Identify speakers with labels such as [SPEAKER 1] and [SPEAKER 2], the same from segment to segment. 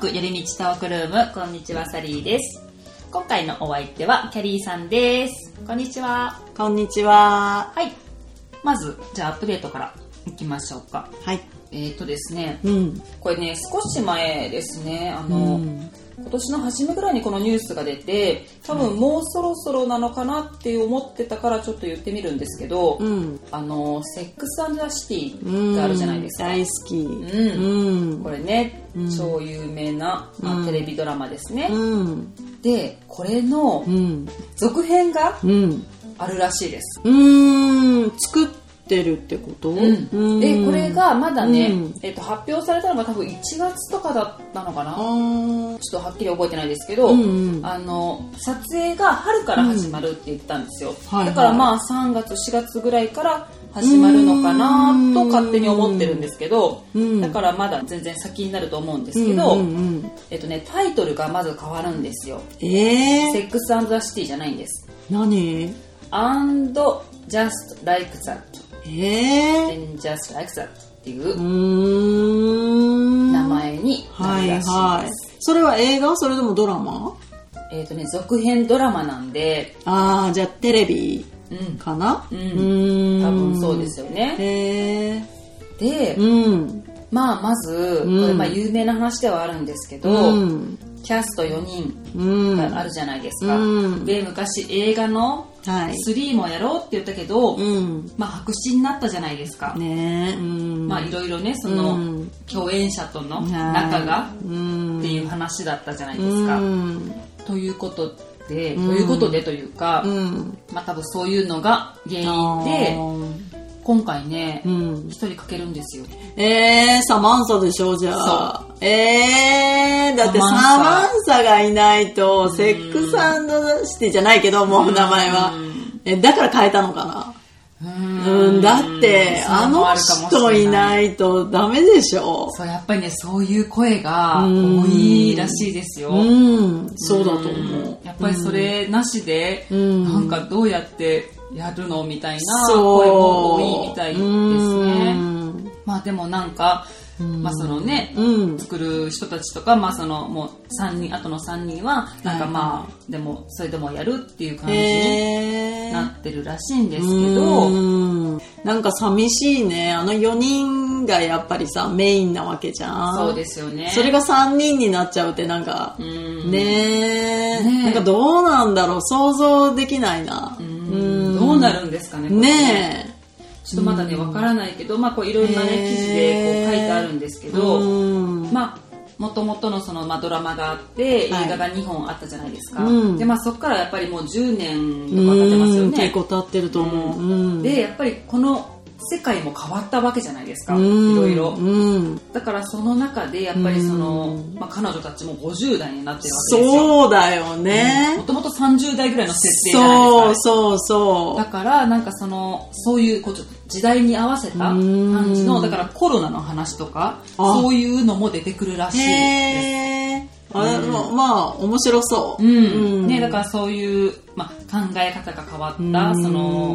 [SPEAKER 1] ク寄り道トークルームこんにちはサリーです今回のお相手はキャリーさんですこんにちは
[SPEAKER 2] こんにちは。
[SPEAKER 1] はいまずじゃあアップデートからいきましょうか
[SPEAKER 2] はい。
[SPEAKER 1] えっ、ー、とですね
[SPEAKER 2] うん。
[SPEAKER 1] これね少し前ですねあ
[SPEAKER 2] う
[SPEAKER 1] の、
[SPEAKER 2] ん。
[SPEAKER 1] 今年の初めぐらいにこのニュースが出て多分もうそろそろなのかなって思ってたからちょっと言ってみるんですけど、
[SPEAKER 2] うん。
[SPEAKER 1] あのセックスザシテ
[SPEAKER 2] う
[SPEAKER 1] ィ
[SPEAKER 2] ん。
[SPEAKER 1] があるじゃないですか、
[SPEAKER 2] 大好き。
[SPEAKER 1] ん
[SPEAKER 2] うん
[SPEAKER 1] こ。れね、
[SPEAKER 2] うん
[SPEAKER 1] 超有名な、まあ
[SPEAKER 2] うん
[SPEAKER 1] テレビドラマですね、
[SPEAKER 2] うん。
[SPEAKER 1] でこれの
[SPEAKER 2] うん。
[SPEAKER 1] 続編が
[SPEAKER 2] うん。
[SPEAKER 1] あるらしいです、
[SPEAKER 2] うん。作ってるってことうん
[SPEAKER 1] でこれ、がまだね、
[SPEAKER 2] うん
[SPEAKER 1] えっと発表されたのが多分1月とかだったのかな
[SPEAKER 2] あー
[SPEAKER 1] ちょっとはっきり覚えてないですけど、
[SPEAKER 2] うんうん
[SPEAKER 1] あの撮影が春から始まるって言ったんですよ、
[SPEAKER 2] はいはい
[SPEAKER 1] だからまあ3月4月ぐらいから始まるのかなと勝手に思ってるんですけど、
[SPEAKER 2] うん
[SPEAKER 1] だからまだ全然先になると思うんですけど、
[SPEAKER 2] うんうんうん
[SPEAKER 1] えっとね、タイトルがまず変わるんですよ「
[SPEAKER 2] え
[SPEAKER 1] セ
[SPEAKER 2] ー、
[SPEAKER 1] ックスザ・シティ」じゃないんです
[SPEAKER 2] 何
[SPEAKER 1] 「and just like that
[SPEAKER 2] えー、」
[SPEAKER 1] and just like that っていうう
[SPEAKER 2] ーん。
[SPEAKER 1] 名。前にな
[SPEAKER 2] は
[SPEAKER 1] る
[SPEAKER 2] い
[SPEAKER 1] らしいです、
[SPEAKER 2] はい。それは映画それともドラマ
[SPEAKER 1] えっとね続編ドラマなんで
[SPEAKER 2] ああ、じゃあテレビ
[SPEAKER 1] うん
[SPEAKER 2] かな
[SPEAKER 1] うん
[SPEAKER 2] ーん
[SPEAKER 1] 多分そうですよね、
[SPEAKER 2] へえ
[SPEAKER 1] で、
[SPEAKER 2] うん
[SPEAKER 1] まあまず、
[SPEAKER 2] うん
[SPEAKER 1] これまあ有名な話ではあるんですけど、
[SPEAKER 2] うん
[SPEAKER 1] キャスト4人
[SPEAKER 2] うん
[SPEAKER 1] があるじゃないですか、
[SPEAKER 2] うん
[SPEAKER 1] で昔映画の
[SPEAKER 2] はい
[SPEAKER 1] 3もやろうって言ったけど、
[SPEAKER 2] うん
[SPEAKER 1] まあ白紙になったじゃないですか、
[SPEAKER 2] ねえうん
[SPEAKER 1] まあいろいろねその、
[SPEAKER 2] うん
[SPEAKER 1] 共演者との仲が
[SPEAKER 2] はい
[SPEAKER 1] っていう話だったじゃないですか、
[SPEAKER 2] うん
[SPEAKER 1] ということで、
[SPEAKER 2] うん
[SPEAKER 1] ということでというか、
[SPEAKER 2] うん
[SPEAKER 1] まあ多分そういうのが原因
[SPEAKER 2] あ
[SPEAKER 1] で
[SPEAKER 2] ー
[SPEAKER 1] 今回ね
[SPEAKER 2] うん
[SPEAKER 1] 一、人かけるんですよ
[SPEAKER 2] えー、サマンサでしょじゃあえー、だって
[SPEAKER 1] サ
[SPEAKER 2] サ
[SPEAKER 1] マンサ
[SPEAKER 2] マンサがいないとセックスシティじゃないけどもう名前は
[SPEAKER 1] うん
[SPEAKER 2] えだから変えたのかな
[SPEAKER 1] う
[SPEAKER 2] うん、だって、
[SPEAKER 1] それ
[SPEAKER 2] あ
[SPEAKER 1] も
[SPEAKER 2] の
[SPEAKER 1] るかもしれ
[SPEAKER 2] 人いないとダメでしょ。
[SPEAKER 1] そう、やっぱりね、そういう声が
[SPEAKER 2] うん
[SPEAKER 1] 多いらしいですよ。
[SPEAKER 2] うん、そうだと思う。
[SPEAKER 1] やっぱりそれなしで、
[SPEAKER 2] うん
[SPEAKER 1] なんかどうやってやるのみたいな声
[SPEAKER 2] そう
[SPEAKER 1] も多いみたいです
[SPEAKER 2] う
[SPEAKER 1] ね。
[SPEAKER 2] ん
[SPEAKER 1] まあでもなんか、まあそのね、
[SPEAKER 2] うん。
[SPEAKER 1] 作る人たちとか、まあそのもう3人、あとの3人は、なんか
[SPEAKER 2] は
[SPEAKER 1] まあ、でも、それでもやるっていう感じに
[SPEAKER 2] へ
[SPEAKER 1] なってるらしいんです
[SPEAKER 2] ー
[SPEAKER 1] けど、
[SPEAKER 2] うんなんか寂しいね。あの4人がやっぱりさ、メインなわけじゃん。
[SPEAKER 1] そうですよね。
[SPEAKER 2] それが3人になっちゃうってなんか
[SPEAKER 1] う、んね
[SPEAKER 2] ねえ、
[SPEAKER 1] え
[SPEAKER 2] なんかどうなんだろう。想像できないな。
[SPEAKER 1] うんどうなるんですかね、これ
[SPEAKER 2] ねえ。
[SPEAKER 1] ちょっとまだね、わからないけど、まあ、こういろんなね、
[SPEAKER 2] へー
[SPEAKER 1] 記事でこう書いてあるんですけど、
[SPEAKER 2] うん
[SPEAKER 1] まあ、もともとのその、まあ、ドラマがあって、映
[SPEAKER 2] はい
[SPEAKER 1] 画が2本あったじゃないですか。
[SPEAKER 2] うん
[SPEAKER 1] で、まあ、そこからやっぱりもう10年とか経ってますよ
[SPEAKER 2] うん結
[SPEAKER 1] ね。
[SPEAKER 2] 構経ってると思う。うん、
[SPEAKER 1] で、やっぱりこの世界も変わったわけじゃないですか、
[SPEAKER 2] うん、
[SPEAKER 1] いろいろ。
[SPEAKER 2] うん、
[SPEAKER 1] だからその中で、やっぱりその、
[SPEAKER 2] うん
[SPEAKER 1] まあ、彼女たちも50代になってるわけですよ。
[SPEAKER 2] そうだよね。
[SPEAKER 1] もともと30代ぐらいの設定じゃないですかあ
[SPEAKER 2] そ
[SPEAKER 1] れ
[SPEAKER 2] う。そうそ
[SPEAKER 1] だからなんかそのそういうこうちょっと時代に合わせた感じの
[SPEAKER 2] うん
[SPEAKER 1] だからコロナの話とか
[SPEAKER 2] あ
[SPEAKER 1] そういうのも出てくるら
[SPEAKER 2] う。
[SPEAKER 1] しいです。
[SPEAKER 2] へえ。あれ、まあ、面白そう。
[SPEAKER 1] うんね、だからそういう、まあ、考え方が変わったその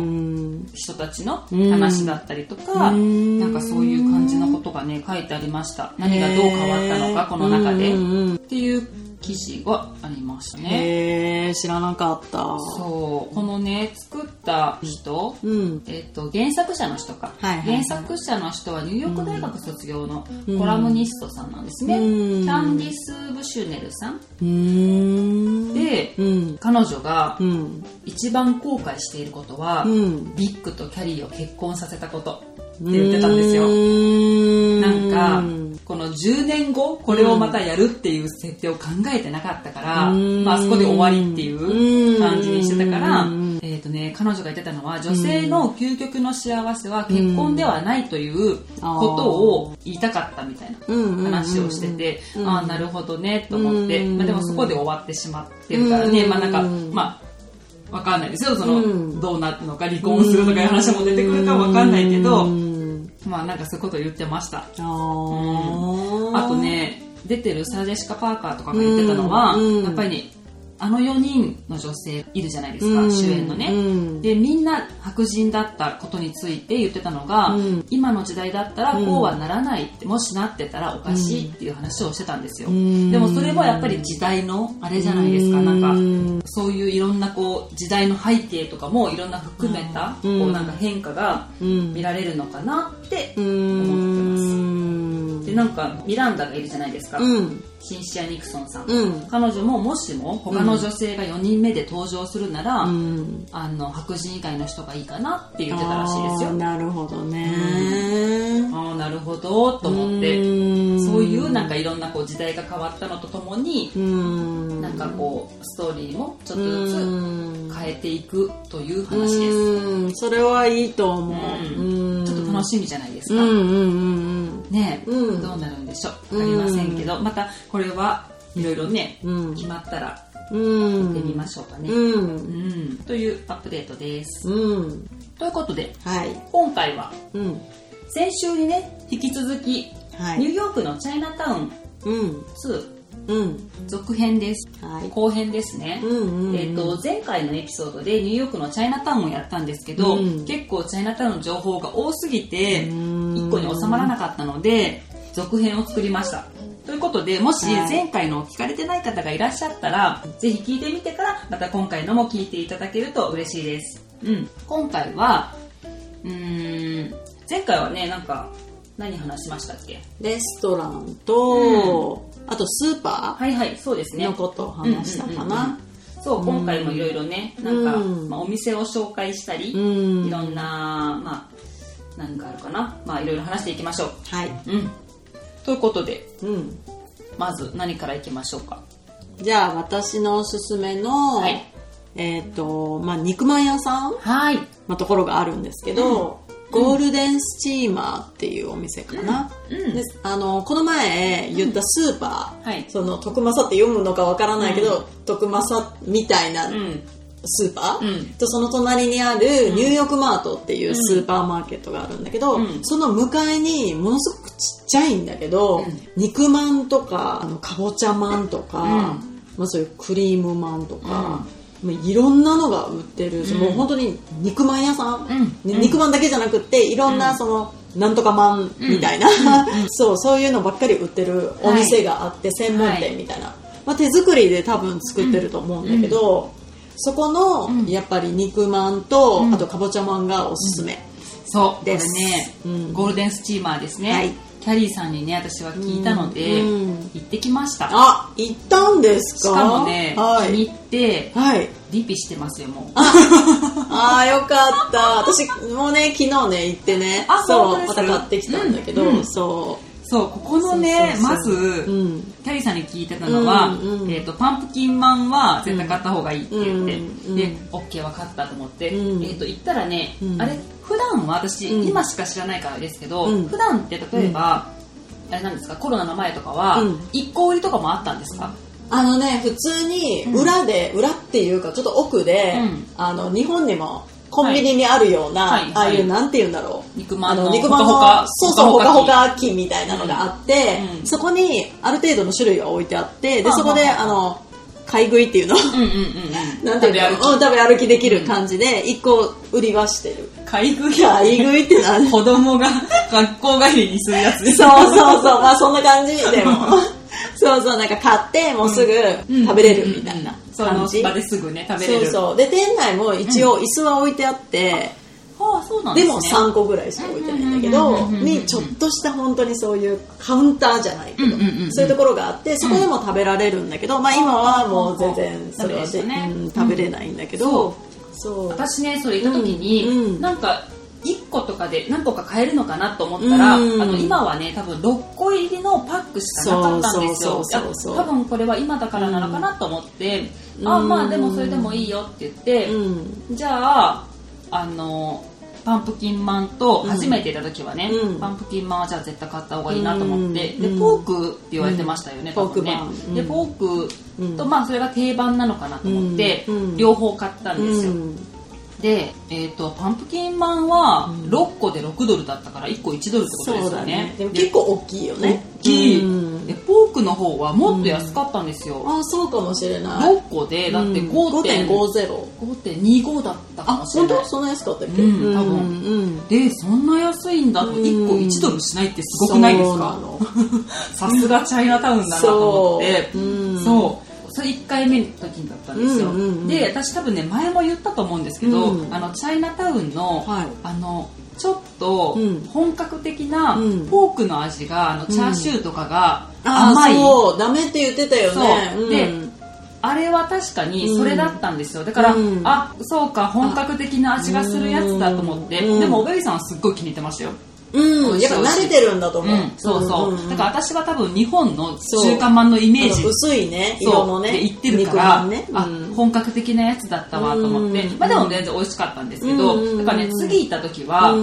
[SPEAKER 1] 人たちの話だったりとか
[SPEAKER 2] うん
[SPEAKER 1] なんかそういう感じのことがね書いてありました何がどう変わったのかこの中でっていう記事がありましたね。
[SPEAKER 2] へえ、知らなかった。
[SPEAKER 1] そうこのね作った人
[SPEAKER 2] うん。
[SPEAKER 1] えっと原作者の人か、
[SPEAKER 2] はいはいは
[SPEAKER 1] 原
[SPEAKER 2] い
[SPEAKER 1] 作者の人はニューヨーク大学卒業の
[SPEAKER 2] うん
[SPEAKER 1] コラムニストさんなんですね、
[SPEAKER 2] うん
[SPEAKER 1] キャンディス・ブシュネルさん
[SPEAKER 2] うん。、
[SPEAKER 1] で、
[SPEAKER 2] うん。
[SPEAKER 1] 彼女が
[SPEAKER 2] うん。
[SPEAKER 1] 一番後悔していることは、
[SPEAKER 2] うん。
[SPEAKER 1] ビッグとキャリーを結婚させたことって言ってたんですよなんかこの10年後これをまたやるっていう設定を考えてなかったから、
[SPEAKER 2] うん
[SPEAKER 1] まああそこで終わりっていう感じにしてたから、
[SPEAKER 2] うん
[SPEAKER 1] えっとね、彼女が言ってたのは女性の究極の幸せは結婚ではないということを言いたかったみたいな話をしてて、
[SPEAKER 2] うん
[SPEAKER 1] ああなるほどねと思って、
[SPEAKER 2] うん
[SPEAKER 1] まあ、でもそこで終わってしまってるからね、
[SPEAKER 2] うん
[SPEAKER 1] まあなんか
[SPEAKER 2] うん
[SPEAKER 1] まあわかんないですよその、
[SPEAKER 2] うん
[SPEAKER 1] どうなるのか離婚するとかいう話も出てくるかわかんないけど、まあなんかそういうことを言ってました。
[SPEAKER 2] あー
[SPEAKER 1] あとね、出てるサジェシカ・パーカーとかが言ってたのは、
[SPEAKER 2] うんうん
[SPEAKER 1] やっぱりね、あの4人の女性いるじゃないですか、
[SPEAKER 2] うん
[SPEAKER 1] 主演のね、
[SPEAKER 2] うん
[SPEAKER 1] でみんな白人だったことについて言ってたのが、
[SPEAKER 2] うん
[SPEAKER 1] 今の時代だったらこうはならないって、もしなってたらおかしいっていう話をしてたんですよ、
[SPEAKER 2] うん
[SPEAKER 1] でもそれもやっぱり時代のあれじゃないですか、なんか
[SPEAKER 2] ん
[SPEAKER 1] そういういろんなこう時代の背景とかもいろんな含めた、
[SPEAKER 2] うん
[SPEAKER 1] こうなんか変化が
[SPEAKER 2] うん
[SPEAKER 1] 見られるのかなって、
[SPEAKER 2] うん
[SPEAKER 1] でなんかミランダがいるじゃないですか、
[SPEAKER 2] うん
[SPEAKER 1] シンシア・ニクソンさん、
[SPEAKER 2] うん
[SPEAKER 1] 彼女ももしも他の女性が4人目で登場するなら、
[SPEAKER 2] うん
[SPEAKER 1] あの白人以外の人がいいかなって言ってたらしいです
[SPEAKER 2] あー
[SPEAKER 1] よ
[SPEAKER 2] なるほどね、
[SPEAKER 1] ああなるほどと思って
[SPEAKER 2] うん
[SPEAKER 1] そういうなんかいろんなこう時代が変わったのとともに
[SPEAKER 2] うん
[SPEAKER 1] なんかこうストーリーもちょっと
[SPEAKER 2] う
[SPEAKER 1] ず
[SPEAKER 2] ん
[SPEAKER 1] つ変えていくという話です、
[SPEAKER 2] うんそれはいいと思う、うん
[SPEAKER 1] ちょっと楽しみじゃないです
[SPEAKER 2] う
[SPEAKER 1] か、
[SPEAKER 2] んうんうん
[SPEAKER 1] ねえ、
[SPEAKER 2] うん
[SPEAKER 1] どうなるんでしょうわかりませんけど、またこれはいろいろね、
[SPEAKER 2] うん
[SPEAKER 1] 決まったら
[SPEAKER 2] うんうん
[SPEAKER 1] 見てみましょうかね、
[SPEAKER 2] う
[SPEAKER 1] う
[SPEAKER 2] ん
[SPEAKER 1] んというアップデートです。
[SPEAKER 2] うん
[SPEAKER 1] ということで、
[SPEAKER 2] はい
[SPEAKER 1] 今回は
[SPEAKER 2] うん
[SPEAKER 1] 先週にね、引き続き、
[SPEAKER 2] は
[SPEAKER 1] ニュー
[SPEAKER 2] い
[SPEAKER 1] ヨークのチャイナタウン
[SPEAKER 2] うん
[SPEAKER 1] 2
[SPEAKER 2] うん
[SPEAKER 1] 続編です。
[SPEAKER 2] はい
[SPEAKER 1] 後編ですね。
[SPEAKER 2] うんうん
[SPEAKER 1] えっと前回のエピソードでニューヨークのチャイナタウンをやったんですけど、
[SPEAKER 2] うん
[SPEAKER 1] 結構チャイナタウンの情報が多すぎて
[SPEAKER 2] うん
[SPEAKER 1] 1個に収まらなかったので続編を作りましたということでもし
[SPEAKER 2] はい
[SPEAKER 1] 前回のを聞かれてない方がいらっしゃったらぜひ聞いてみてからまた今回のも聞いていただけると嬉しいです、うん、今回はうーん前回はねなんか何話しましたっけ
[SPEAKER 2] レストランと、あとスーパ
[SPEAKER 1] はいはいそうです
[SPEAKER 2] ー
[SPEAKER 1] ね
[SPEAKER 2] のことを話したかな
[SPEAKER 1] そう今回もいろいろねなんか、
[SPEAKER 2] うん
[SPEAKER 1] まあ、お店を紹介したり、
[SPEAKER 2] うん
[SPEAKER 1] いろんな、まあ、何があるかな、まあ、いろいろ話していきましょ
[SPEAKER 2] はい、
[SPEAKER 1] う。うん。ということで、
[SPEAKER 2] うん、
[SPEAKER 1] まず何からいきましょうか。
[SPEAKER 2] じゃあ私のおすすめの、
[SPEAKER 1] はい
[SPEAKER 2] えっ、とまあ肉まん屋さん
[SPEAKER 1] はい。
[SPEAKER 2] まあ、ところがあるんですけど、ゴールデンスチーマーっていうお店かな、
[SPEAKER 1] うんうん
[SPEAKER 2] であのこの前言ったスーパー、
[SPEAKER 1] はい
[SPEAKER 2] その徳正って読むのかわからないけど、徳正みたいな
[SPEAKER 1] うん。
[SPEAKER 2] スーパー、
[SPEAKER 1] うん
[SPEAKER 2] とその隣にあるニューヨークマートっていうスーパーマーケットがあるんだけど、
[SPEAKER 1] うん
[SPEAKER 2] その向かいにものすごくちっちゃいんだけど、
[SPEAKER 1] うん
[SPEAKER 2] 肉まんとかあのかぼちゃまんとか、
[SPEAKER 1] うん
[SPEAKER 2] まあ、そういうクリームまんとか、もういろんなのが売ってる、
[SPEAKER 1] うん
[SPEAKER 2] もう本当に肉まん屋さん、
[SPEAKER 1] うん
[SPEAKER 2] ね肉まんだけじゃなくっていろんなその、なんとかまんみたいな、 そうそういうのばっかり売ってるお店があって、専門店みたいな、まあ、手作りで多分作ってると思うんだけど、そこの、
[SPEAKER 1] うん
[SPEAKER 2] やっぱり肉まんと、
[SPEAKER 1] うん
[SPEAKER 2] あとかぼちゃまんがおすすめ、
[SPEAKER 1] そう、これ
[SPEAKER 2] です
[SPEAKER 1] ね、
[SPEAKER 2] うん
[SPEAKER 1] ゴールデンスチーマーですね。
[SPEAKER 2] はい
[SPEAKER 1] キャリーさんにね、私は聞いたので、
[SPEAKER 2] うん
[SPEAKER 1] 行ってきました。
[SPEAKER 2] あ行ったんです
[SPEAKER 1] し
[SPEAKER 2] か
[SPEAKER 1] かもね、
[SPEAKER 2] は
[SPEAKER 1] 気に
[SPEAKER 2] い、
[SPEAKER 1] 入って、
[SPEAKER 2] はい、
[SPEAKER 1] リピしてますよ、もう。
[SPEAKER 2] ああよかった私もうね昨日ね行ってね
[SPEAKER 1] あ
[SPEAKER 2] そ
[SPEAKER 1] 本当で
[SPEAKER 2] うま
[SPEAKER 1] す
[SPEAKER 2] た買ってきたんだけど、
[SPEAKER 1] うんうん
[SPEAKER 2] そ
[SPEAKER 1] そう、ここのね、
[SPEAKER 2] そうそうそう
[SPEAKER 1] まず、
[SPEAKER 2] う、うん、
[SPEAKER 1] キャリーさんに聞いてたのは、
[SPEAKER 2] うんうん
[SPEAKER 1] えー、とパンプキンマンは絶対買った方がいいって言って、
[SPEAKER 2] うん
[SPEAKER 1] で
[SPEAKER 2] うん
[SPEAKER 1] OK 分かったと思って、
[SPEAKER 2] うん
[SPEAKER 1] えー、と行ったらね、
[SPEAKER 2] うん
[SPEAKER 1] あれ普段は私、
[SPEAKER 2] うん
[SPEAKER 1] 今しか知らないからですけど、
[SPEAKER 2] うん
[SPEAKER 1] 普段って例えば、あれなんですかコロナの前とかは、
[SPEAKER 2] うん
[SPEAKER 1] 一個売りとかもあったんですか、
[SPEAKER 2] あのね普通に裏で、裏っていうかちょっと奥で、
[SPEAKER 1] うん
[SPEAKER 2] あの日本にもコンビニにあるような、
[SPEAKER 1] はいはい
[SPEAKER 2] ああい
[SPEAKER 1] は
[SPEAKER 2] う
[SPEAKER 1] い
[SPEAKER 2] なんて言うんだろう
[SPEAKER 1] 肉ま
[SPEAKER 2] あ
[SPEAKER 1] んの
[SPEAKER 2] の
[SPEAKER 1] ほか
[SPEAKER 2] 肉まんの
[SPEAKER 1] ほか
[SPEAKER 2] そうそうほかほ
[SPEAKER 1] ほか
[SPEAKER 2] か機みたいなのがあって、
[SPEAKER 1] うん
[SPEAKER 2] そこにある程度の種類が置いてあってで
[SPEAKER 1] はあ
[SPEAKER 2] そこで
[SPEAKER 1] はあ
[SPEAKER 2] あの買い食いっていうの
[SPEAKER 1] うんうんうんうん
[SPEAKER 2] なんてい
[SPEAKER 1] 食
[SPEAKER 2] うの
[SPEAKER 1] べ歩
[SPEAKER 2] うん食べ歩きできる感じで一個売りはしてる
[SPEAKER 1] き買い食い
[SPEAKER 2] 買い食いっ て何そう
[SPEAKER 1] 子供が学校帰りにするやつです
[SPEAKER 2] そうそうまあそんな感じでも そうそうなんか買ってもうすぐ食べれるみたいな
[SPEAKER 1] その
[SPEAKER 2] 感じ、
[SPEAKER 1] 場ですぐね食べれ
[SPEAKER 2] そう
[SPEAKER 1] る
[SPEAKER 2] そうで店内も一応椅子は置いてあって、
[SPEAKER 1] はあそうなんで
[SPEAKER 2] です
[SPEAKER 1] ね
[SPEAKER 2] も3個ぐらいしか置いてないんだけど
[SPEAKER 1] うんうんうんうんうん
[SPEAKER 2] にちょっとした本当にそういうカウンターじゃないけど、
[SPEAKER 1] うんうんうんうん
[SPEAKER 2] そういうところがあってそこでも食べられるんだけど、まあ今はもう全然それはで、
[SPEAKER 1] 食べれるんですね
[SPEAKER 2] うん食べれないんだけど、そう
[SPEAKER 1] 私ねそれ行った時に、
[SPEAKER 2] うんうん
[SPEAKER 1] なんか1個とかで何個か買えるのかなと思ったら、
[SPEAKER 2] うん
[SPEAKER 1] あの今はね多分6個入りのパックしかなかったんです
[SPEAKER 2] そ
[SPEAKER 1] よ
[SPEAKER 2] うそうそうそう
[SPEAKER 1] いや多分これは今だからなのかなと思って、
[SPEAKER 2] うん
[SPEAKER 1] あまあでもそれでもいいよって言って、
[SPEAKER 2] うん
[SPEAKER 1] じゃああのパンプキンマンと
[SPEAKER 2] うん
[SPEAKER 1] 初めていた時はね、
[SPEAKER 2] うん
[SPEAKER 1] パンプキンマンはじゃあ絶対買った方がいいなと思って、
[SPEAKER 2] うん
[SPEAKER 1] で
[SPEAKER 2] うん
[SPEAKER 1] ポークって言われてましたよね、
[SPEAKER 2] うん
[SPEAKER 1] 多分ね
[SPEAKER 2] ポークマンうん
[SPEAKER 1] でポークと、
[SPEAKER 2] うん
[SPEAKER 1] まあそれが定番なのかなと思って、
[SPEAKER 2] うん
[SPEAKER 1] 両方買ったんですよ、
[SPEAKER 2] うん
[SPEAKER 1] で、えっとパンプキン版は
[SPEAKER 2] うん
[SPEAKER 1] 6個で6ドルだったから1個1ドルってことで
[SPEAKER 2] そう
[SPEAKER 1] すよ
[SPEAKER 2] だ
[SPEAKER 1] ね
[SPEAKER 2] ねでも結構大きいよね
[SPEAKER 1] 大きい、
[SPEAKER 2] うん
[SPEAKER 1] でポークの方はもっと安かったんですよ、
[SPEAKER 2] あそうかもしれない
[SPEAKER 1] 6個でだって
[SPEAKER 2] うん
[SPEAKER 1] 5点
[SPEAKER 2] 5.50
[SPEAKER 1] 5.25だったか
[SPEAKER 2] あ
[SPEAKER 1] もしれ
[SPEAKER 2] 本
[SPEAKER 1] ない
[SPEAKER 2] 当そんな安かったっけ
[SPEAKER 1] うん多分
[SPEAKER 2] うん
[SPEAKER 1] でそんな安いんだと
[SPEAKER 2] うん
[SPEAKER 1] 1個1ドルしないってすごくないですかさすがチャイナタウンだなと思って
[SPEAKER 2] そううん
[SPEAKER 1] そうそれ1回目の時だったんですよ、
[SPEAKER 2] うんうんうん
[SPEAKER 1] で私多分ね前も言ったと思うんですけど、
[SPEAKER 2] うん
[SPEAKER 1] あのチャイナタウンの、
[SPEAKER 2] はい
[SPEAKER 1] あのちょっと
[SPEAKER 2] うん
[SPEAKER 1] 本格的な
[SPEAKER 2] うん
[SPEAKER 1] ポークの味があのチャーシューとかが
[SPEAKER 2] あ
[SPEAKER 1] 甘い、
[SPEAKER 2] そうダメって言ってたよね
[SPEAKER 1] そう
[SPEAKER 2] うん
[SPEAKER 1] であれは確かにそれだったんですよだから、
[SPEAKER 2] うん
[SPEAKER 1] あそうか本格的な味がするやつだと思って、
[SPEAKER 2] うん
[SPEAKER 1] でもおべりさんはすっごい気に入ってましたよ、
[SPEAKER 2] うんやっぱ慣れてるんだと思う
[SPEAKER 1] そうそう、
[SPEAKER 2] んんん
[SPEAKER 1] だから私は多分日本の中華まんのイ
[SPEAKER 2] あ
[SPEAKER 1] メー
[SPEAKER 2] の
[SPEAKER 1] ジ
[SPEAKER 2] 薄いね
[SPEAKER 1] そ
[SPEAKER 2] 色
[SPEAKER 1] う
[SPEAKER 2] のね
[SPEAKER 1] で言ってるから、
[SPEAKER 2] 肉眼ねうん
[SPEAKER 1] あ本格的なやつだったわと思って、
[SPEAKER 2] うん
[SPEAKER 1] まあでも全然美味しかったんですけど、
[SPEAKER 2] うん
[SPEAKER 1] だからね次行った時は、
[SPEAKER 2] う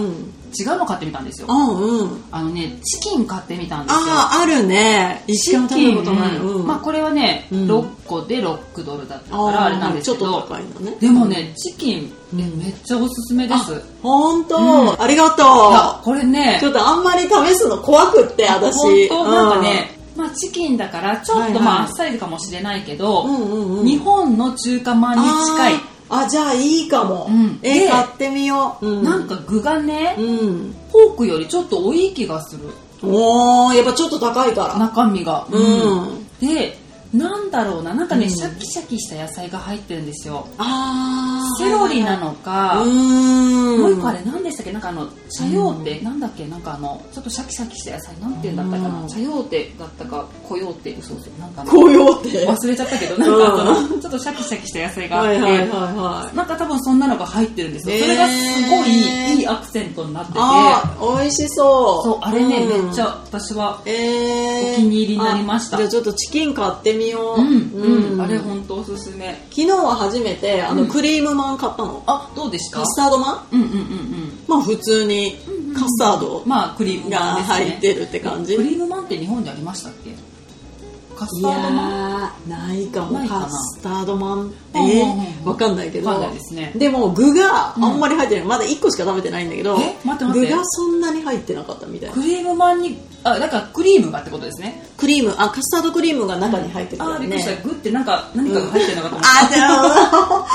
[SPEAKER 1] 違うんの買ってみたんですよ、
[SPEAKER 2] うんうん
[SPEAKER 1] あのねチキン買ってみたんですよ
[SPEAKER 2] あああるね一
[SPEAKER 1] チ
[SPEAKER 2] 回も食
[SPEAKER 1] キン
[SPEAKER 2] べたことない、うん
[SPEAKER 1] まあこれはね、
[SPEAKER 2] うん
[SPEAKER 1] 6個で6ドルだったか
[SPEAKER 2] あー
[SPEAKER 1] らあれなんですけ
[SPEAKER 2] ちょ
[SPEAKER 1] ど
[SPEAKER 2] っと高いのね
[SPEAKER 1] でもねチキン、ねめっちゃおすすめですい
[SPEAKER 2] 本当、
[SPEAKER 1] うん
[SPEAKER 2] ありがと
[SPEAKER 1] や
[SPEAKER 2] う
[SPEAKER 1] これね
[SPEAKER 2] ちょっとあんまり試すの怖くって私
[SPEAKER 1] 本当なんかね、まあ、チキンだからちょっ
[SPEAKER 2] はい
[SPEAKER 1] と
[SPEAKER 2] はい
[SPEAKER 1] まああっさりかもしれないけど、
[SPEAKER 2] うんうんうん
[SPEAKER 1] 日本の中華まん
[SPEAKER 2] うん
[SPEAKER 1] に近い
[SPEAKER 2] あーあじゃあいいかも、
[SPEAKER 1] うん
[SPEAKER 2] え
[SPEAKER 1] で
[SPEAKER 2] ー買ってみよう、う
[SPEAKER 1] なんか具がね、
[SPEAKER 2] うん
[SPEAKER 1] ポークよりちょっと多い気がする
[SPEAKER 2] おーやっぱちょっと高いから
[SPEAKER 1] 中身が、
[SPEAKER 2] うん
[SPEAKER 1] でなんだろうななんかね、
[SPEAKER 2] うん
[SPEAKER 1] シャキシャキした野菜が入ってるんですよ
[SPEAKER 2] あー
[SPEAKER 1] セロリなのか、
[SPEAKER 2] うーん
[SPEAKER 1] もう一個あれ何でしたっけなんかあの茶用ってなんだっけなんかあのちょっとシャキシャキした野菜なんていうんだったか
[SPEAKER 2] う
[SPEAKER 1] なん茶用ってだったか小用って嘘嘘なんかあの
[SPEAKER 2] 紅葉って
[SPEAKER 1] 忘れちゃったけどなんかそのちょっとシャキシャキした野菜があっ
[SPEAKER 2] はいはいはい
[SPEAKER 1] て
[SPEAKER 2] はい
[SPEAKER 1] なんか多分そんなのが入ってるんですよ
[SPEAKER 2] へー
[SPEAKER 1] それがすごいいいアクセントになってて
[SPEAKER 2] あー美味しそう
[SPEAKER 1] そうあれね
[SPEAKER 2] うん
[SPEAKER 1] めっちゃ私は
[SPEAKER 2] えー、
[SPEAKER 1] お気に入りになりました
[SPEAKER 2] あじゃあちょっとチキン買ってみよう、
[SPEAKER 1] うんうんあれ
[SPEAKER 2] 昨
[SPEAKER 1] 本当おすすめ
[SPEAKER 2] 日は初めてあ
[SPEAKER 1] う
[SPEAKER 2] の
[SPEAKER 1] ん
[SPEAKER 2] クリームまん買ったの、
[SPEAKER 1] あどうでした
[SPEAKER 2] カスタードまん
[SPEAKER 1] うんうんうんうん
[SPEAKER 2] まあ普通に
[SPEAKER 1] うん
[SPEAKER 2] カスタード
[SPEAKER 1] まあクリーム
[SPEAKER 2] が
[SPEAKER 1] まんですね
[SPEAKER 2] 入ってるって感じ、
[SPEAKER 1] クリームまんって日本でありましたっけカス
[SPEAKER 2] い
[SPEAKER 1] タ
[SPEAKER 2] や
[SPEAKER 1] ードまん
[SPEAKER 2] ーないかも
[SPEAKER 1] ないかな
[SPEAKER 2] カスタードまんって、
[SPEAKER 1] うんうんうん
[SPEAKER 2] わかんないけど
[SPEAKER 1] わかんないですね
[SPEAKER 2] でも具があんまり入ってない、まだ1個しか食べてないんだけ
[SPEAKER 1] え
[SPEAKER 2] ど
[SPEAKER 1] 待って待って
[SPEAKER 2] 具がそんなに入ってなかったみたいな
[SPEAKER 1] クリームまんにあだからクリームがってことですね
[SPEAKER 2] クリームあカスタードクリームが中に入ってた
[SPEAKER 1] あ
[SPEAKER 2] よ
[SPEAKER 1] ーび
[SPEAKER 2] ね、
[SPEAKER 1] っくりしたグってなんか何かが入ってるのかと思っ
[SPEAKER 2] あー、なるほど。だか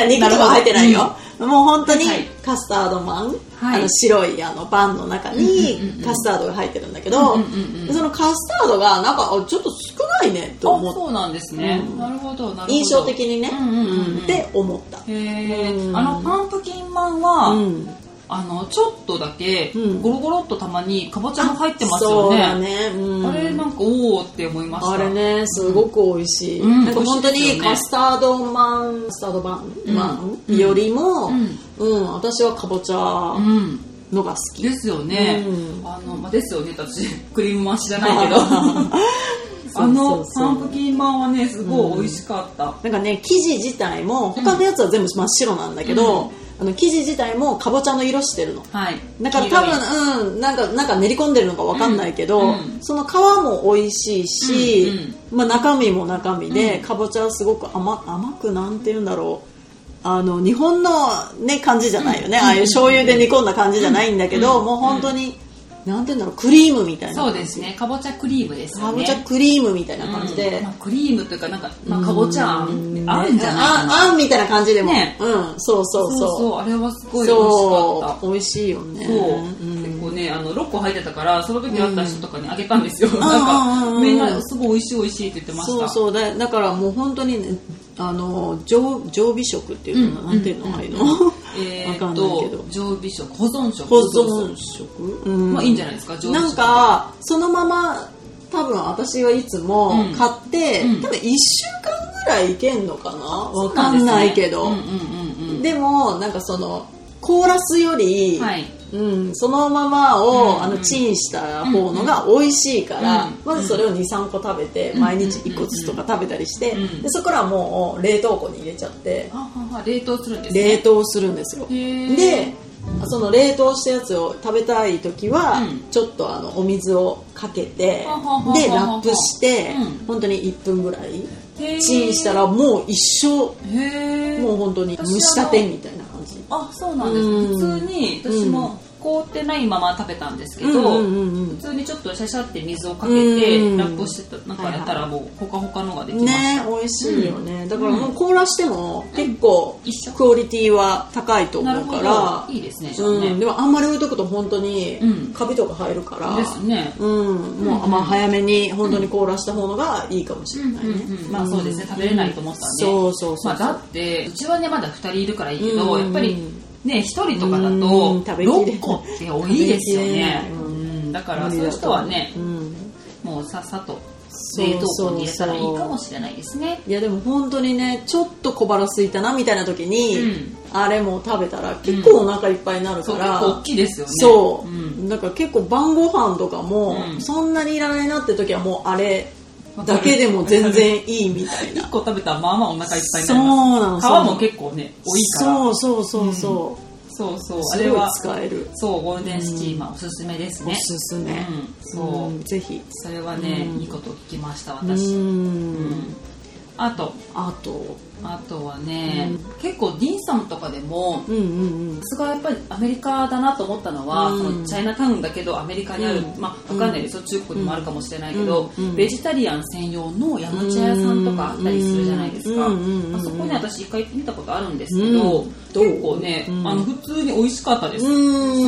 [SPEAKER 2] ら肉とか入ってないよ。もう本当に
[SPEAKER 1] はい
[SPEAKER 2] カスタードまん、
[SPEAKER 1] はい
[SPEAKER 2] あの白いあのパンの中
[SPEAKER 1] うんうんうんう
[SPEAKER 2] に
[SPEAKER 1] ん
[SPEAKER 2] カスタードが入ってるんだけど、
[SPEAKER 1] うんうんうん
[SPEAKER 2] そのカスタードがなんかあちょっと少ないね
[SPEAKER 1] た
[SPEAKER 2] と
[SPEAKER 1] あ
[SPEAKER 2] 思っ
[SPEAKER 1] そうなんですね、
[SPEAKER 2] うん
[SPEAKER 1] なるほどなるほど
[SPEAKER 2] て印象的にね、
[SPEAKER 1] うんうんうんうん
[SPEAKER 2] って思った。
[SPEAKER 1] へ
[SPEAKER 2] う
[SPEAKER 1] ー
[SPEAKER 2] ん
[SPEAKER 1] あのパンプキンまんは、
[SPEAKER 2] うん
[SPEAKER 1] あのちょっとだけ
[SPEAKER 2] うん
[SPEAKER 1] ゴロゴロっとたまにかぼちゃも入ってますよ
[SPEAKER 2] そう
[SPEAKER 1] ね,、
[SPEAKER 2] だね。うん
[SPEAKER 1] あれなんかおおって思いました
[SPEAKER 2] あれね、すごく美味しい。
[SPEAKER 1] うん
[SPEAKER 2] なんか本当
[SPEAKER 1] 美味しい
[SPEAKER 2] に
[SPEAKER 1] ですよね
[SPEAKER 2] カスタードマン、カスタードマ
[SPEAKER 1] うん
[SPEAKER 2] ン、マンよりも、
[SPEAKER 1] う
[SPEAKER 2] うんん、私はかぼちゃ
[SPEAKER 1] うん
[SPEAKER 2] のが好き。
[SPEAKER 1] ですよね、
[SPEAKER 2] う
[SPEAKER 1] あのまあ、ですよね私クリームまん知らない けどあのパンプキンまんはねすごい美味しかった、
[SPEAKER 2] なんかね生地自体も他のやつは全部真っ白なんだけど、あの生地自体もかぼちゃの色してるの
[SPEAKER 1] はい
[SPEAKER 2] だから多分、うん、なんかなんか練り込んでるのかわかんないけど、
[SPEAKER 1] うんうん
[SPEAKER 2] その皮も美味しいし、まあ、中身も中身で、
[SPEAKER 1] うん
[SPEAKER 2] かぼちゃはすごく甘甘くなんて言うんだろうあの日本の、ね、感じじゃないよね、ああいう醤油で煮込んだ感じじゃないんだけど、
[SPEAKER 1] うん
[SPEAKER 2] もう本当に、なんて言うんだろうクリームみたいな
[SPEAKER 1] そうですねかぼちゃクリームです
[SPEAKER 2] か
[SPEAKER 1] よ
[SPEAKER 2] ぼ
[SPEAKER 1] ね
[SPEAKER 2] ちゃクリームみたいな感じで、
[SPEAKER 1] うんまあ、クリームというかなんか、まあ、かぼちゃあんあるんじゃないかな
[SPEAKER 2] ああんみたいな感じでも、
[SPEAKER 1] ね
[SPEAKER 2] うんそうそ
[SPEAKER 1] そう
[SPEAKER 2] う
[SPEAKER 1] そう
[SPEAKER 2] そう
[SPEAKER 1] あれはすごい美味しかった
[SPEAKER 2] そう美味しいよね
[SPEAKER 1] そう、
[SPEAKER 2] ん
[SPEAKER 1] 結構ねあの6個入ってたからその時会った人とかにあげたんですよ、
[SPEAKER 2] ん
[SPEAKER 1] なん
[SPEAKER 2] う
[SPEAKER 1] か
[SPEAKER 2] んうんうん
[SPEAKER 1] みんなすごい美味しい美味しいって言ってました
[SPEAKER 2] そうそうだだからもう本当にねあの常常備食っていうの、
[SPEAKER 1] うん
[SPEAKER 2] なんていうの、
[SPEAKER 1] うん
[SPEAKER 2] ああいうの
[SPEAKER 1] え
[SPEAKER 2] わか
[SPEAKER 1] ー、
[SPEAKER 2] ん
[SPEAKER 1] っ
[SPEAKER 2] ないけ
[SPEAKER 1] と
[SPEAKER 2] ど
[SPEAKER 1] 常備食保存食
[SPEAKER 2] 保存食、うん
[SPEAKER 1] まあいいんじゃないですか常備
[SPEAKER 2] な
[SPEAKER 1] 食
[SPEAKER 2] んかそのまま多分私はいつも
[SPEAKER 1] うん
[SPEAKER 2] 買って、
[SPEAKER 1] うん
[SPEAKER 2] 多分1週間ぐらいいけんのかなわ
[SPEAKER 1] わ
[SPEAKER 2] かんないけど
[SPEAKER 1] うんうんうんうん
[SPEAKER 2] でもなんかそのコーラスより、
[SPEAKER 1] はい
[SPEAKER 2] うん、そのままを、
[SPEAKER 1] うん
[SPEAKER 2] あのチンした方のが美味しいから、
[SPEAKER 1] うん
[SPEAKER 2] まずそれを23個食べて、
[SPEAKER 1] うん
[SPEAKER 2] 毎日1個ずつとか食べたりして、
[SPEAKER 1] うん
[SPEAKER 2] でそこからもう冷凍庫に入れちゃって
[SPEAKER 1] ははは冷凍するんですね
[SPEAKER 2] 冷凍するんですよ
[SPEAKER 1] へー
[SPEAKER 2] でその冷凍したやつを食べたい時は、
[SPEAKER 1] うん
[SPEAKER 2] ちょっとあのお水をかけて、
[SPEAKER 1] はははは
[SPEAKER 2] でラップして、
[SPEAKER 1] うん
[SPEAKER 2] 本当に1分ぐらい
[SPEAKER 1] へー
[SPEAKER 2] チンしたらもう一生
[SPEAKER 1] へー
[SPEAKER 2] もう本当に蒸したてみたいな感じ
[SPEAKER 1] あそうなんです、
[SPEAKER 2] うん
[SPEAKER 1] 普通に私も凍ってないまま食べたんですけど、
[SPEAKER 2] うんうんうんうん
[SPEAKER 1] 普通にちょっとシャシャって水をかけて、
[SPEAKER 2] うん
[SPEAKER 1] ラップをしてたなんかやったらもうほかほかのができました、
[SPEAKER 2] ね美味しいよね、だからもう凍らしても結構
[SPEAKER 1] 一緒
[SPEAKER 2] クオリティは高いと
[SPEAKER 1] なる
[SPEAKER 2] 思う
[SPEAKER 1] ほ
[SPEAKER 2] から
[SPEAKER 1] どいいですねじゃあね、
[SPEAKER 2] うん、でもあんまり置いとくと本当に
[SPEAKER 1] うん
[SPEAKER 2] カビとか入るから、
[SPEAKER 1] ですね
[SPEAKER 2] うん、も
[SPEAKER 1] う
[SPEAKER 2] うんまあ早めに本当に凍らした方のがいいかもしれないね、
[SPEAKER 1] うんうんうんまあそうですね食べれないと思ったんで
[SPEAKER 2] そうそうそう
[SPEAKER 1] まあ、だってうちはねまだ2人いるからいいけど、
[SPEAKER 2] うん
[SPEAKER 1] やっぱりね1人とかだ
[SPEAKER 2] うん
[SPEAKER 1] と
[SPEAKER 2] 食べきれ
[SPEAKER 1] 6個って多いですよね、
[SPEAKER 2] う
[SPEAKER 1] うんん、だからそういう人はね
[SPEAKER 2] うん
[SPEAKER 1] もうさっさと
[SPEAKER 2] そう
[SPEAKER 1] 冷凍庫に入れたらいいかもしれないですね
[SPEAKER 2] いやでも本当にねちょっと小腹空いたなみたいな時に、
[SPEAKER 1] うん
[SPEAKER 2] あれも食べたら結構お腹いっぱいになる
[SPEAKER 1] そう
[SPEAKER 2] か
[SPEAKER 1] 結
[SPEAKER 2] ら、
[SPEAKER 1] 構大きいですよね
[SPEAKER 2] そう、
[SPEAKER 1] ん
[SPEAKER 2] なんか結構晩ご飯とかも、
[SPEAKER 1] うん
[SPEAKER 2] そんなにいらないなって時はもうあれだけでも全然いいみ たいな
[SPEAKER 1] 1個食べたらまあまあお腹いっぱいにな
[SPEAKER 2] そう
[SPEAKER 1] ります
[SPEAKER 2] なの
[SPEAKER 1] 皮も結構ね多いから
[SPEAKER 2] そうそうそうそ
[SPEAKER 1] そうそう
[SPEAKER 2] う、
[SPEAKER 1] あ
[SPEAKER 2] す
[SPEAKER 1] れ
[SPEAKER 2] ごい
[SPEAKER 1] は
[SPEAKER 2] 使える
[SPEAKER 1] そうゴールデンスチーマーおすすめです
[SPEAKER 2] お
[SPEAKER 1] ね
[SPEAKER 2] すすめ、
[SPEAKER 1] うんそう、
[SPEAKER 2] んぜひ
[SPEAKER 1] それはね、
[SPEAKER 2] うん
[SPEAKER 1] いいこと聞きました
[SPEAKER 2] う
[SPEAKER 1] 私、うん
[SPEAKER 2] ん
[SPEAKER 1] あと
[SPEAKER 2] あと
[SPEAKER 1] あとはね、結構ディーンさんとかでも
[SPEAKER 2] うんうんうん
[SPEAKER 1] さすがやっぱりアメリカだなと思ったのは、
[SPEAKER 2] うん
[SPEAKER 1] そのチャイナタウンだけどアメリカにある、
[SPEAKER 2] うん
[SPEAKER 1] まあわかんないですよ中国にもあるかもしれないけど、
[SPEAKER 2] うんうん
[SPEAKER 1] ベジタリアン専用のヤムチャ屋さんとかあったりするじゃないですか、
[SPEAKER 2] うんうんうん
[SPEAKER 1] まあそこに私一回行ってみたことあるんですけど、
[SPEAKER 2] うんどう
[SPEAKER 1] 結構ね、
[SPEAKER 2] うん
[SPEAKER 1] あの普通に美味しかったです、そ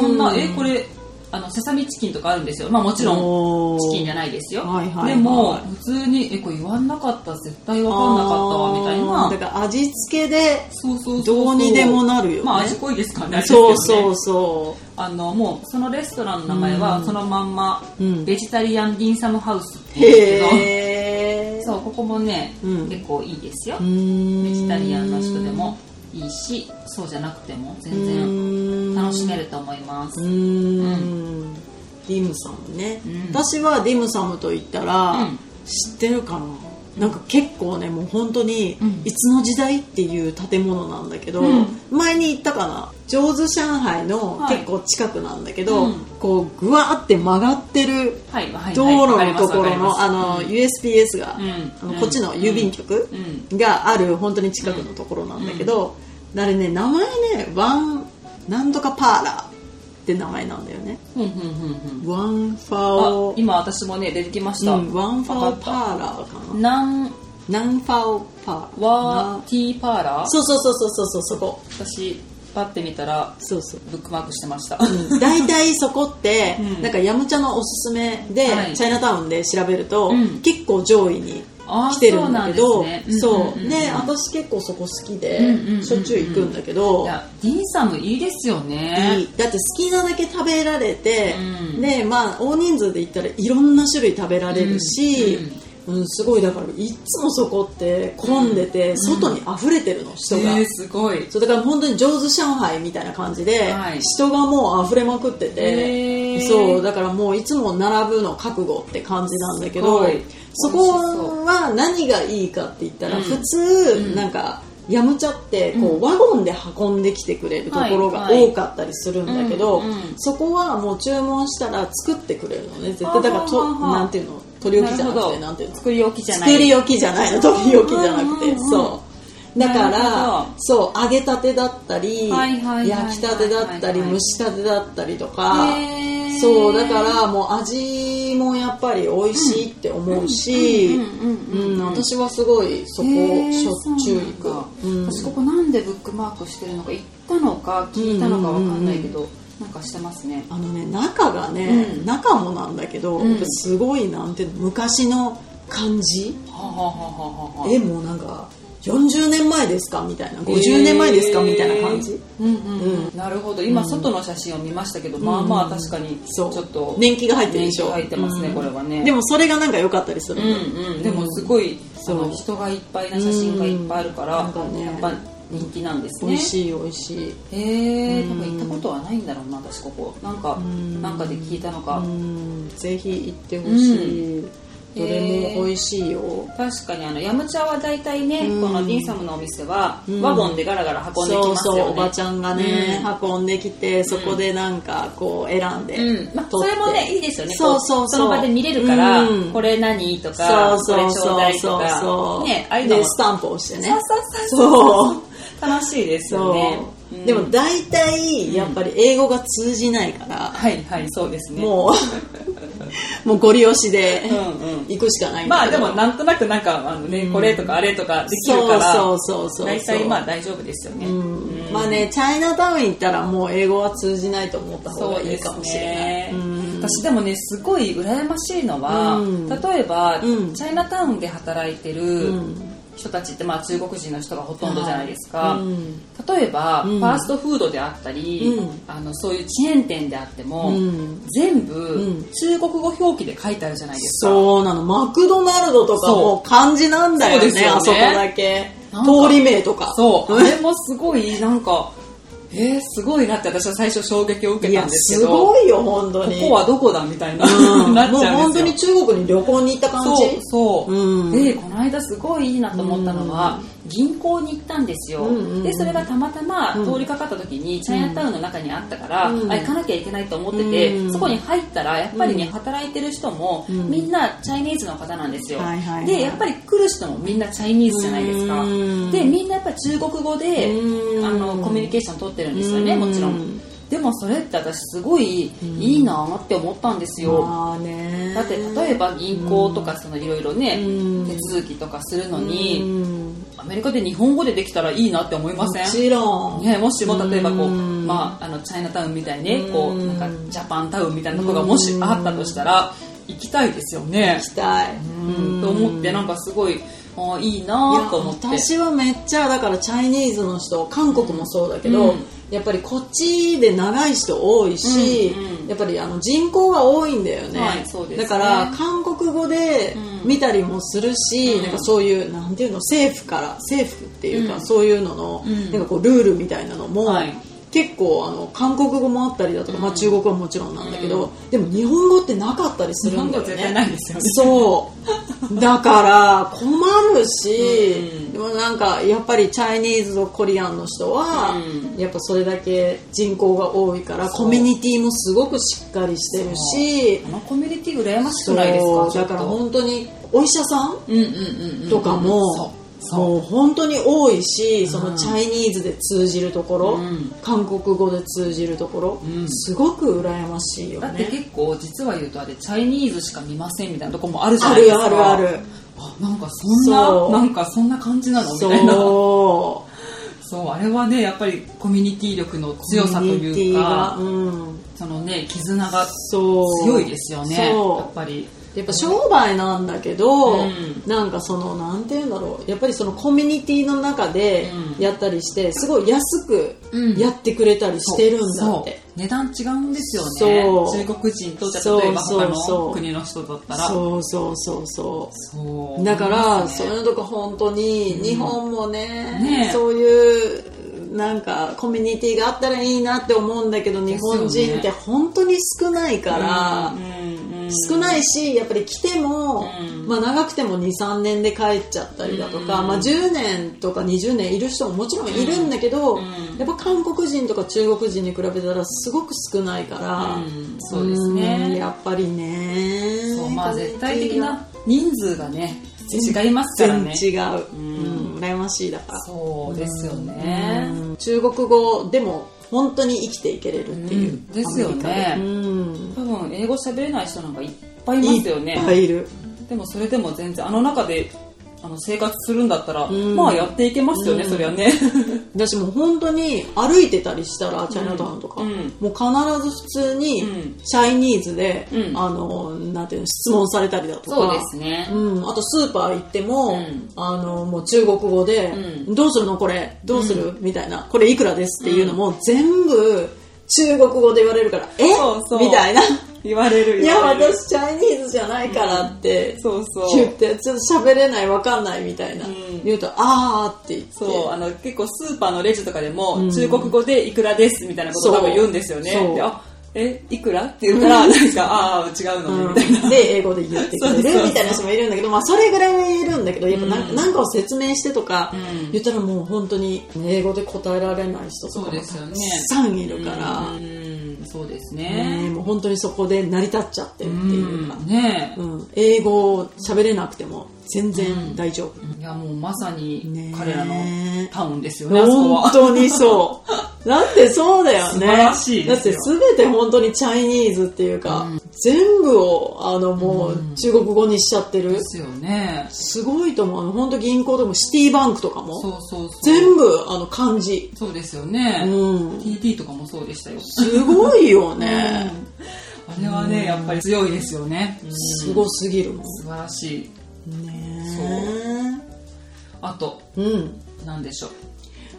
[SPEAKER 1] んなえこれあのセサミチキンとかあるんですよまあもちろん
[SPEAKER 2] ろ
[SPEAKER 1] チキンじゃ
[SPEAKER 2] ゃ
[SPEAKER 1] ないですよ、
[SPEAKER 2] はいはいは
[SPEAKER 1] で
[SPEAKER 2] い
[SPEAKER 1] も普通にえこれ言わんなかった絶対わかんなかったわみたいな
[SPEAKER 2] だから味付けで
[SPEAKER 1] そうそうそうそう
[SPEAKER 2] どうにでもなるよね、
[SPEAKER 1] まあ味濃いですからねあれですけど
[SPEAKER 2] そ
[SPEAKER 1] ね
[SPEAKER 2] うそうそ
[SPEAKER 1] あのもうそのレストランの名前
[SPEAKER 2] う
[SPEAKER 1] は
[SPEAKER 2] ん
[SPEAKER 1] そのまんま、
[SPEAKER 2] うん
[SPEAKER 1] ベジタリアンディンサムハウスって
[SPEAKER 2] う
[SPEAKER 1] いうんですけ
[SPEAKER 2] へえ
[SPEAKER 1] どそうここもね、
[SPEAKER 2] うん
[SPEAKER 1] 結構いいですよ、ベ
[SPEAKER 2] ベ
[SPEAKER 1] ジタリアンの人でもいいしそうじゃなくても全然楽しめると思います、
[SPEAKER 2] うーんディムサムね、
[SPEAKER 1] うん
[SPEAKER 2] 私はディムサムと言ったら、
[SPEAKER 1] うん
[SPEAKER 2] 知ってるかななんか結構ねもう本当に
[SPEAKER 1] うん
[SPEAKER 2] いつの時代っていう建物なんだけど、
[SPEAKER 1] うん
[SPEAKER 2] 前に行ったかな上手上海の
[SPEAKER 1] はい
[SPEAKER 2] 結構近くなんだけど、
[SPEAKER 1] うん
[SPEAKER 2] こうぐわーって曲がってる
[SPEAKER 1] はいはいはい
[SPEAKER 2] 道路のとこ
[SPEAKER 1] わか
[SPEAKER 2] ろ
[SPEAKER 1] りま
[SPEAKER 2] の
[SPEAKER 1] す
[SPEAKER 2] あ
[SPEAKER 1] わ
[SPEAKER 2] の
[SPEAKER 1] かります
[SPEAKER 2] USPS が、
[SPEAKER 1] うん
[SPEAKER 2] あの
[SPEAKER 1] うん
[SPEAKER 2] こっちの郵便局
[SPEAKER 1] うんうん
[SPEAKER 2] がある本当に近くのところなんだけど、あれね名前ねワンなんとかパーラーって名前なんだよね
[SPEAKER 1] うんうんうんうん
[SPEAKER 2] ワンファ
[SPEAKER 1] あ
[SPEAKER 2] オ、
[SPEAKER 1] 今私もね出てきました、
[SPEAKER 2] うんワンファオパーラーかな
[SPEAKER 1] なん
[SPEAKER 2] ナンファオパー
[SPEAKER 1] は
[SPEAKER 2] な
[SPEAKER 1] ティーパーラー
[SPEAKER 2] そうそうそうそうそうそうそこ
[SPEAKER 1] 私パッて見たら
[SPEAKER 2] そうそう
[SPEAKER 1] ブックマークしてました、
[SPEAKER 2] うん大体そこって、
[SPEAKER 1] うん
[SPEAKER 2] なんかヤムチャのおすすめで、
[SPEAKER 1] はい
[SPEAKER 2] チャイナタウンで調べると、
[SPEAKER 1] うん
[SPEAKER 2] 結構上位に
[SPEAKER 1] あー
[SPEAKER 2] 来てるんだ
[SPEAKER 1] そ
[SPEAKER 2] けど
[SPEAKER 1] うなんですね
[SPEAKER 2] そう
[SPEAKER 1] うんうんうん
[SPEAKER 2] ね私結構そこ好き
[SPEAKER 1] うんうんうんう
[SPEAKER 2] で
[SPEAKER 1] ん
[SPEAKER 2] しょっちゅう行くんだけど
[SPEAKER 1] いやディンサムいいですよね
[SPEAKER 2] いいだって好きなだけ食べられて
[SPEAKER 1] うん
[SPEAKER 2] でまあ大人数で行ったらいろんな種類食べられるしうんすごいだからいつもそこって混んでて外に溢れてるの人が
[SPEAKER 1] えー、すごい
[SPEAKER 2] そうだから本当に上手上海みたいな感じで
[SPEAKER 1] はい
[SPEAKER 2] 人がもう溢れまくって
[SPEAKER 1] へ
[SPEAKER 2] て
[SPEAKER 1] ー
[SPEAKER 2] そうだからもういつも並ぶの覚悟って感じなんだけど
[SPEAKER 1] すごい
[SPEAKER 2] そこ
[SPEAKER 1] 美味しそ
[SPEAKER 2] は何がいいかって言ったら
[SPEAKER 1] うん
[SPEAKER 2] 普
[SPEAKER 1] うん
[SPEAKER 2] 通なんかヤムチャってこ
[SPEAKER 1] うん
[SPEAKER 2] うワゴンで運んできてくれるところが
[SPEAKER 1] はいはい
[SPEAKER 2] 多かったりするんだけど
[SPEAKER 1] うんうん
[SPEAKER 2] そこはもう注文したら作ってくれるのね絶対だから
[SPEAKER 1] は
[SPEAKER 2] と
[SPEAKER 1] あはあはあ
[SPEAKER 2] なんていうの取り置きじゃな
[SPEAKER 1] なるほ
[SPEAKER 2] く
[SPEAKER 1] ど
[SPEAKER 2] てなんていうの
[SPEAKER 1] 作り置きじゃない
[SPEAKER 2] 作り置きじゃないの取り置きじゃなく
[SPEAKER 1] うんう
[SPEAKER 2] て
[SPEAKER 1] んうん
[SPEAKER 2] そうだか
[SPEAKER 1] なるほ
[SPEAKER 2] ら
[SPEAKER 1] ど
[SPEAKER 2] そう揚げたてだったり
[SPEAKER 1] はいはいはいはい
[SPEAKER 2] 焼きたてだったり
[SPEAKER 1] はいはい
[SPEAKER 2] 蒸したてだったりとか
[SPEAKER 1] へー
[SPEAKER 2] そうだからもう味もやっぱり美味しいって思うし
[SPEAKER 1] うんうんうんうんうん
[SPEAKER 2] うん私はすごいそこしょっちゅう行
[SPEAKER 1] へーそう
[SPEAKER 2] く
[SPEAKER 1] なんだ私ここなん
[SPEAKER 2] うん
[SPEAKER 1] でブックマークしてるのか言ったのか聞いたのかわかんないけど、なんかしてますね
[SPEAKER 2] あのね中がね、
[SPEAKER 1] うん
[SPEAKER 2] 中もなんだけど、
[SPEAKER 1] うん
[SPEAKER 2] やっぱすごいなんていうの昔の感じ、
[SPEAKER 1] はあはあはあはあはあ
[SPEAKER 2] えもうなんか40年前ですかみたいな50年前ですか、みたいな感じ、
[SPEAKER 1] うんうんうん
[SPEAKER 2] う
[SPEAKER 1] なるほど今外の写真を見ましたけど、まあまあ確かにちょ
[SPEAKER 2] そう
[SPEAKER 1] っと
[SPEAKER 2] 年季が入ってるでしょ
[SPEAKER 1] 年季が入ってますね、
[SPEAKER 2] うん
[SPEAKER 1] これはね
[SPEAKER 2] でもそれがなんか良かったりする
[SPEAKER 1] うん
[SPEAKER 2] だよ
[SPEAKER 1] んでもすごい、そ
[SPEAKER 2] そう
[SPEAKER 1] の人がいっぱいな写真がいっぱいあるから、
[SPEAKER 2] うんなんかね
[SPEAKER 1] やっぱ人気なんです
[SPEAKER 2] 美
[SPEAKER 1] ね
[SPEAKER 2] 味しい美味しい
[SPEAKER 1] へえ
[SPEAKER 2] うん
[SPEAKER 1] 多分行ったことはないんだろうな私ここなんか
[SPEAKER 2] ん
[SPEAKER 1] なんかで聞いたのか、
[SPEAKER 2] うんぜひ行ってほしい、どれも美味しいよ、
[SPEAKER 1] 確かにあのヤムチャは大体ね、
[SPEAKER 2] うん
[SPEAKER 1] このディンサムのお店は、
[SPEAKER 2] うん
[SPEAKER 1] ワゴンでガラガラ運んでき
[SPEAKER 2] そう
[SPEAKER 1] ますよ
[SPEAKER 2] そ
[SPEAKER 1] ね
[SPEAKER 2] うおばちゃんがね、
[SPEAKER 1] うん
[SPEAKER 2] 運んできてそこでなんかこう選んで、
[SPEAKER 1] うんまあ、そ
[SPEAKER 2] 取っ
[SPEAKER 1] れ
[SPEAKER 2] て
[SPEAKER 1] もねいいですよね
[SPEAKER 2] そう
[SPEAKER 1] こ
[SPEAKER 2] そうそう
[SPEAKER 1] その場で見れるから、
[SPEAKER 2] うん
[SPEAKER 1] これ何と
[SPEAKER 2] そ
[SPEAKER 1] か
[SPEAKER 2] うそう
[SPEAKER 1] これちょうだ
[SPEAKER 2] そう
[SPEAKER 1] いと
[SPEAKER 2] そう
[SPEAKER 1] か
[SPEAKER 2] そう
[SPEAKER 1] ねああいうのも
[SPEAKER 2] でスタンプをしてね
[SPEAKER 1] そうそうそうそう楽しいですよね
[SPEAKER 2] そう
[SPEAKER 1] うん
[SPEAKER 2] でも大体やっぱり英語が通じないから、
[SPEAKER 1] はいはいそうですね
[SPEAKER 2] も うもうご利用しで
[SPEAKER 1] うんうん
[SPEAKER 2] 行くしかないん
[SPEAKER 1] ま
[SPEAKER 2] だ
[SPEAKER 1] あ
[SPEAKER 2] け
[SPEAKER 1] で
[SPEAKER 2] ど、
[SPEAKER 1] もなんとなくなんかあの、ねこれとかあれとかできるから
[SPEAKER 2] そうそうそうそう
[SPEAKER 1] 大体まあ大丈夫ですよね、
[SPEAKER 2] うんまあねチャイナタウン行ったらもう英語は通じないと思った方
[SPEAKER 1] そ
[SPEAKER 2] が
[SPEAKER 1] う
[SPEAKER 2] い
[SPEAKER 1] で
[SPEAKER 2] いか
[SPEAKER 1] す
[SPEAKER 2] もしれない
[SPEAKER 1] ね、
[SPEAKER 2] うん
[SPEAKER 1] 私でもねすごい羨ましいのは、
[SPEAKER 2] うん
[SPEAKER 1] 例えば、
[SPEAKER 2] うん
[SPEAKER 1] チャイナタウンで働いてる
[SPEAKER 2] うん
[SPEAKER 1] 人たちって、まあ、中国人の人がほとんどじゃないですか、
[SPEAKER 2] うん
[SPEAKER 1] 例えば、
[SPEAKER 2] うん
[SPEAKER 1] ファーストフードであったり、
[SPEAKER 2] うん
[SPEAKER 1] あのそういうチェーン店であっても、
[SPEAKER 2] うん
[SPEAKER 1] 全部、
[SPEAKER 2] ん
[SPEAKER 1] 中国語表記で書いてあるじゃないですか
[SPEAKER 2] そうなのマクドナルドとか
[SPEAKER 1] そう
[SPEAKER 2] もう漢字なんだよ
[SPEAKER 1] そう
[SPEAKER 2] ね
[SPEAKER 1] ですよね
[SPEAKER 2] あそこだけ
[SPEAKER 1] なんか
[SPEAKER 2] 通り名とか
[SPEAKER 1] そうあれもすごいなんかえー、すごいなって私は最初衝撃を受け
[SPEAKER 2] い
[SPEAKER 1] た
[SPEAKER 2] や
[SPEAKER 1] んです
[SPEAKER 2] す
[SPEAKER 1] けど
[SPEAKER 2] ごいよ本当に
[SPEAKER 1] ここはどこだみたいな、
[SPEAKER 2] うん、
[SPEAKER 1] なっ
[SPEAKER 2] もう
[SPEAKER 1] ちゃうん
[SPEAKER 2] 本
[SPEAKER 1] で
[SPEAKER 2] 当
[SPEAKER 1] すよ
[SPEAKER 2] に中国に旅行に行った感じ
[SPEAKER 1] そうそう、
[SPEAKER 2] うん
[SPEAKER 1] でこの間すごいいいなと思ったのは、銀行に行ったんですよ、
[SPEAKER 2] うんうんうん
[SPEAKER 1] でそれがたまたま通りかかった時に、チャイナタウンの中にあったから、
[SPEAKER 2] うん
[SPEAKER 1] あ行かなきゃいけないと思ってて、
[SPEAKER 2] うん
[SPEAKER 1] そこに入ったらやっぱりね、働いてる人も、
[SPEAKER 2] うん
[SPEAKER 1] みんなチャイニーズの方なんですよ、
[SPEAKER 2] はいはいはい
[SPEAKER 1] でやっぱり来る人もみんなチャイニーズじゃないですか、
[SPEAKER 2] うん
[SPEAKER 1] でみんなやっぱり中国語で、
[SPEAKER 2] うん
[SPEAKER 1] あのコミュニケーション取ってるんですよね、
[SPEAKER 2] うん
[SPEAKER 1] もちろんでもそれって私すごいいいなって思ったんですよ、
[SPEAKER 2] まあね
[SPEAKER 1] だって例えば銀行とかそのいろいろね
[SPEAKER 2] うん
[SPEAKER 1] 手続きとかするの
[SPEAKER 2] う
[SPEAKER 1] に
[SPEAKER 2] ん
[SPEAKER 1] アメリカで日本語でできたらいいなって思いま
[SPEAKER 2] も
[SPEAKER 1] せん
[SPEAKER 2] ちろん
[SPEAKER 1] ね、もしも例えばこう、
[SPEAKER 2] うん
[SPEAKER 1] まあ、あのチャイナタウンみたいにねこ
[SPEAKER 2] う
[SPEAKER 1] うんなんかジャパンタウンみたいなとこがもしあったとしたら行きたいですよね
[SPEAKER 2] 行、きたい
[SPEAKER 1] うん、と思ってなんかすごいあいい
[SPEAKER 2] い
[SPEAKER 1] な
[SPEAKER 2] や
[SPEAKER 1] と思って
[SPEAKER 2] 私はめっちゃだからチャイニーズの人韓国もそうだけど、
[SPEAKER 1] うん
[SPEAKER 2] やっぱりこっちで長い人多いし、
[SPEAKER 1] うんうん
[SPEAKER 2] やっぱりあの人口が多いんだよね,、
[SPEAKER 1] はいそうですね
[SPEAKER 2] だから韓国語で
[SPEAKER 1] うん
[SPEAKER 2] 見たりもするし、
[SPEAKER 1] うん
[SPEAKER 2] なんかそういうなんていうの政府から政府っていうか、
[SPEAKER 1] うん
[SPEAKER 2] そういうのの、
[SPEAKER 1] うん
[SPEAKER 2] なんかこうルールみたいなのも、
[SPEAKER 1] はい
[SPEAKER 2] 結構あの韓国語もあったりだとか、まあ、中国語はもちろんなんだけど、でも日本語ってなかったりす
[SPEAKER 1] 日
[SPEAKER 2] るん
[SPEAKER 1] 本
[SPEAKER 2] だ
[SPEAKER 1] 語
[SPEAKER 2] よね
[SPEAKER 1] 絶対ないですよね
[SPEAKER 2] そうだから困るし、
[SPEAKER 1] うん
[SPEAKER 2] でもなんかやっぱりチャイニーズとコリアンの人は、
[SPEAKER 1] う
[SPEAKER 2] やっぱそれだけ人口が多いからコミュニティもすごくしっかりしてるし
[SPEAKER 1] あのコミュニティ羨ましくないですか
[SPEAKER 2] そうだから本当にお医者さん
[SPEAKER 1] うんうんうんうん
[SPEAKER 2] とかも、もう本当に多いし、そのチャイニーズで通じるところ、
[SPEAKER 1] うん
[SPEAKER 2] 韓国語で通じるところ、
[SPEAKER 1] うん
[SPEAKER 2] すごく羨ましいよ
[SPEAKER 1] だって
[SPEAKER 2] ね。
[SPEAKER 1] 結構実は言うとあれチャイニーズしか見ませんみたいなとこもあるじゃ
[SPEAKER 2] あ
[SPEAKER 1] ないで
[SPEAKER 2] る
[SPEAKER 1] すか
[SPEAKER 2] あるある。
[SPEAKER 1] あなんかそんな
[SPEAKER 2] そう
[SPEAKER 1] なんかそんな感じなのみたいなそう
[SPEAKER 2] そう。
[SPEAKER 1] あれはねやっぱりコミュニティ力の強さと
[SPEAKER 2] コミュニ
[SPEAKER 1] いう
[SPEAKER 2] ティが
[SPEAKER 1] か
[SPEAKER 2] うん、
[SPEAKER 1] そのね絆が
[SPEAKER 2] そう
[SPEAKER 1] 強いですよねや
[SPEAKER 2] そ
[SPEAKER 1] っぱり
[SPEAKER 2] うやっぱ商売なんだけど、
[SPEAKER 1] うん
[SPEAKER 2] なんかそのなんて言うんだろうやっぱりそのコミュニティの中で
[SPEAKER 1] うん
[SPEAKER 2] やったりして、すごい安く
[SPEAKER 1] うん
[SPEAKER 2] やってくれたりしてるんだ
[SPEAKER 1] そ
[SPEAKER 2] っ
[SPEAKER 1] う
[SPEAKER 2] て、
[SPEAKER 1] 値段違うんですよ
[SPEAKER 2] そ
[SPEAKER 1] ね
[SPEAKER 2] う
[SPEAKER 1] 中国人とじゃあ
[SPEAKER 2] そう
[SPEAKER 1] 例えば他
[SPEAKER 2] そうそ
[SPEAKER 1] の
[SPEAKER 2] う
[SPEAKER 1] 国の人だったら
[SPEAKER 2] そうそうそうそう
[SPEAKER 1] そう
[SPEAKER 2] だから、
[SPEAKER 1] 思います
[SPEAKER 2] そう
[SPEAKER 1] ね
[SPEAKER 2] いうとこ本当に日本もね,、
[SPEAKER 1] ねえ
[SPEAKER 2] そういうなんかコミュニティがあったらいいなって思うんだけど日本
[SPEAKER 1] ですよ
[SPEAKER 2] 人
[SPEAKER 1] ね
[SPEAKER 2] って本当に少ないから、
[SPEAKER 1] うんうんうん
[SPEAKER 2] 少ないしやっぱり来ても、
[SPEAKER 1] うん
[SPEAKER 2] まあ、長くても23年で帰っちゃったりだとか、
[SPEAKER 1] うん
[SPEAKER 2] まあ、10年とか20年いる人ももちろんいるんだけど、
[SPEAKER 1] うん
[SPEAKER 2] やっぱ韓国人とか中国人に比べたらすごく少ないから、
[SPEAKER 1] うんそうですね
[SPEAKER 2] うんやっぱりね
[SPEAKER 1] そうまあ絶対的
[SPEAKER 2] コ
[SPEAKER 1] な人数がね違いますから
[SPEAKER 2] ミュ
[SPEAKER 1] ね
[SPEAKER 2] ニティが全然違う、
[SPEAKER 1] ん
[SPEAKER 2] うん羨ましいだから
[SPEAKER 1] そうですよね、
[SPEAKER 2] うん中国語でも本当に生きていけれるっていう、
[SPEAKER 1] うんですよね
[SPEAKER 2] アメリカでうん
[SPEAKER 1] 多分英語喋れない人なんかいっぱいいますよ
[SPEAKER 2] いっぱ
[SPEAKER 1] ね
[SPEAKER 2] いいる
[SPEAKER 1] でもそれでも全然あの中であの生活するんだったら、
[SPEAKER 2] ん
[SPEAKER 1] まあやっていけますよね、
[SPEAKER 2] うん
[SPEAKER 1] そりゃね
[SPEAKER 2] 私もう本当に歩いてたりしたらチャイナタウンとか、
[SPEAKER 1] うん
[SPEAKER 2] もう必ず普通に
[SPEAKER 1] うん
[SPEAKER 2] チャイニーズで、
[SPEAKER 1] うん
[SPEAKER 2] あのなんていうの質問されたりだとか
[SPEAKER 1] ね
[SPEAKER 2] うん、あとスーパー行っても、
[SPEAKER 1] うん
[SPEAKER 2] あのもう中国語で、
[SPEAKER 1] う
[SPEAKER 2] どうするのこれどうする、みたいなこれいくらですっていうのも全部中国語で言われるから、え
[SPEAKER 1] そうそう
[SPEAKER 2] みたいな
[SPEAKER 1] 言われる
[SPEAKER 2] いや
[SPEAKER 1] 言われる
[SPEAKER 2] 私チャイニーズじゃないからって、
[SPEAKER 1] そうそ
[SPEAKER 2] 言
[SPEAKER 1] う
[SPEAKER 2] ってちょっと喋れないわかんないみたいな、
[SPEAKER 1] ん
[SPEAKER 2] 言うとあーって言って
[SPEAKER 1] そうあの結構スーパーのレジとかでも、中国語でいくらですみたいなことを多分言うんですよね
[SPEAKER 2] そう
[SPEAKER 1] であえいくらって言ったらなんかああ違うのねみたいな、
[SPEAKER 2] で英語で言ってく
[SPEAKER 1] そう
[SPEAKER 2] れ
[SPEAKER 1] そう
[SPEAKER 2] るみたいな人もいるんだけど、まあ、それぐらいはいるんだけどやっぱなん,、なんかを説明してとか
[SPEAKER 1] うん
[SPEAKER 2] 言ったらもう本当に英語で答えられない人と
[SPEAKER 1] そう
[SPEAKER 2] かも
[SPEAKER 1] ですよ
[SPEAKER 2] た
[SPEAKER 1] ね
[SPEAKER 2] くさんいるから、
[SPEAKER 1] うんそうです
[SPEAKER 2] ねえ
[SPEAKER 1] ね
[SPEAKER 2] もう本当にそこで成り立っちゃってるっていうか、
[SPEAKER 1] ね
[SPEAKER 2] うん英語を喋れなくても全然大丈夫。
[SPEAKER 1] いやもうまさに
[SPEAKER 2] ねえ
[SPEAKER 1] 彼らのタウンですよね、あそこ
[SPEAKER 2] 本
[SPEAKER 1] は
[SPEAKER 2] 当にそ うだってそうだよね。
[SPEAKER 1] 素晴らしいですよ
[SPEAKER 2] だって全て本当にチャイニーズっていうか、
[SPEAKER 1] うん
[SPEAKER 2] 全部をあのもう中国語にしちゃってる。
[SPEAKER 1] ですよね。
[SPEAKER 2] すごいと思う。あの本当銀行でもシティバンクとかも、
[SPEAKER 1] そうそうそう。
[SPEAKER 2] 全部あの漢字。
[SPEAKER 1] そうですよ
[SPEAKER 2] う
[SPEAKER 1] ね。
[SPEAKER 2] ん。
[SPEAKER 1] TT とかもそうでしたよ。
[SPEAKER 2] すごいよね。
[SPEAKER 1] あれはね、やっぱり強いですよね。
[SPEAKER 2] すごすぎるもん。
[SPEAKER 1] 素晴らしい。
[SPEAKER 2] ね
[SPEAKER 1] あと、
[SPEAKER 2] え。うん。
[SPEAKER 1] なんでしょう。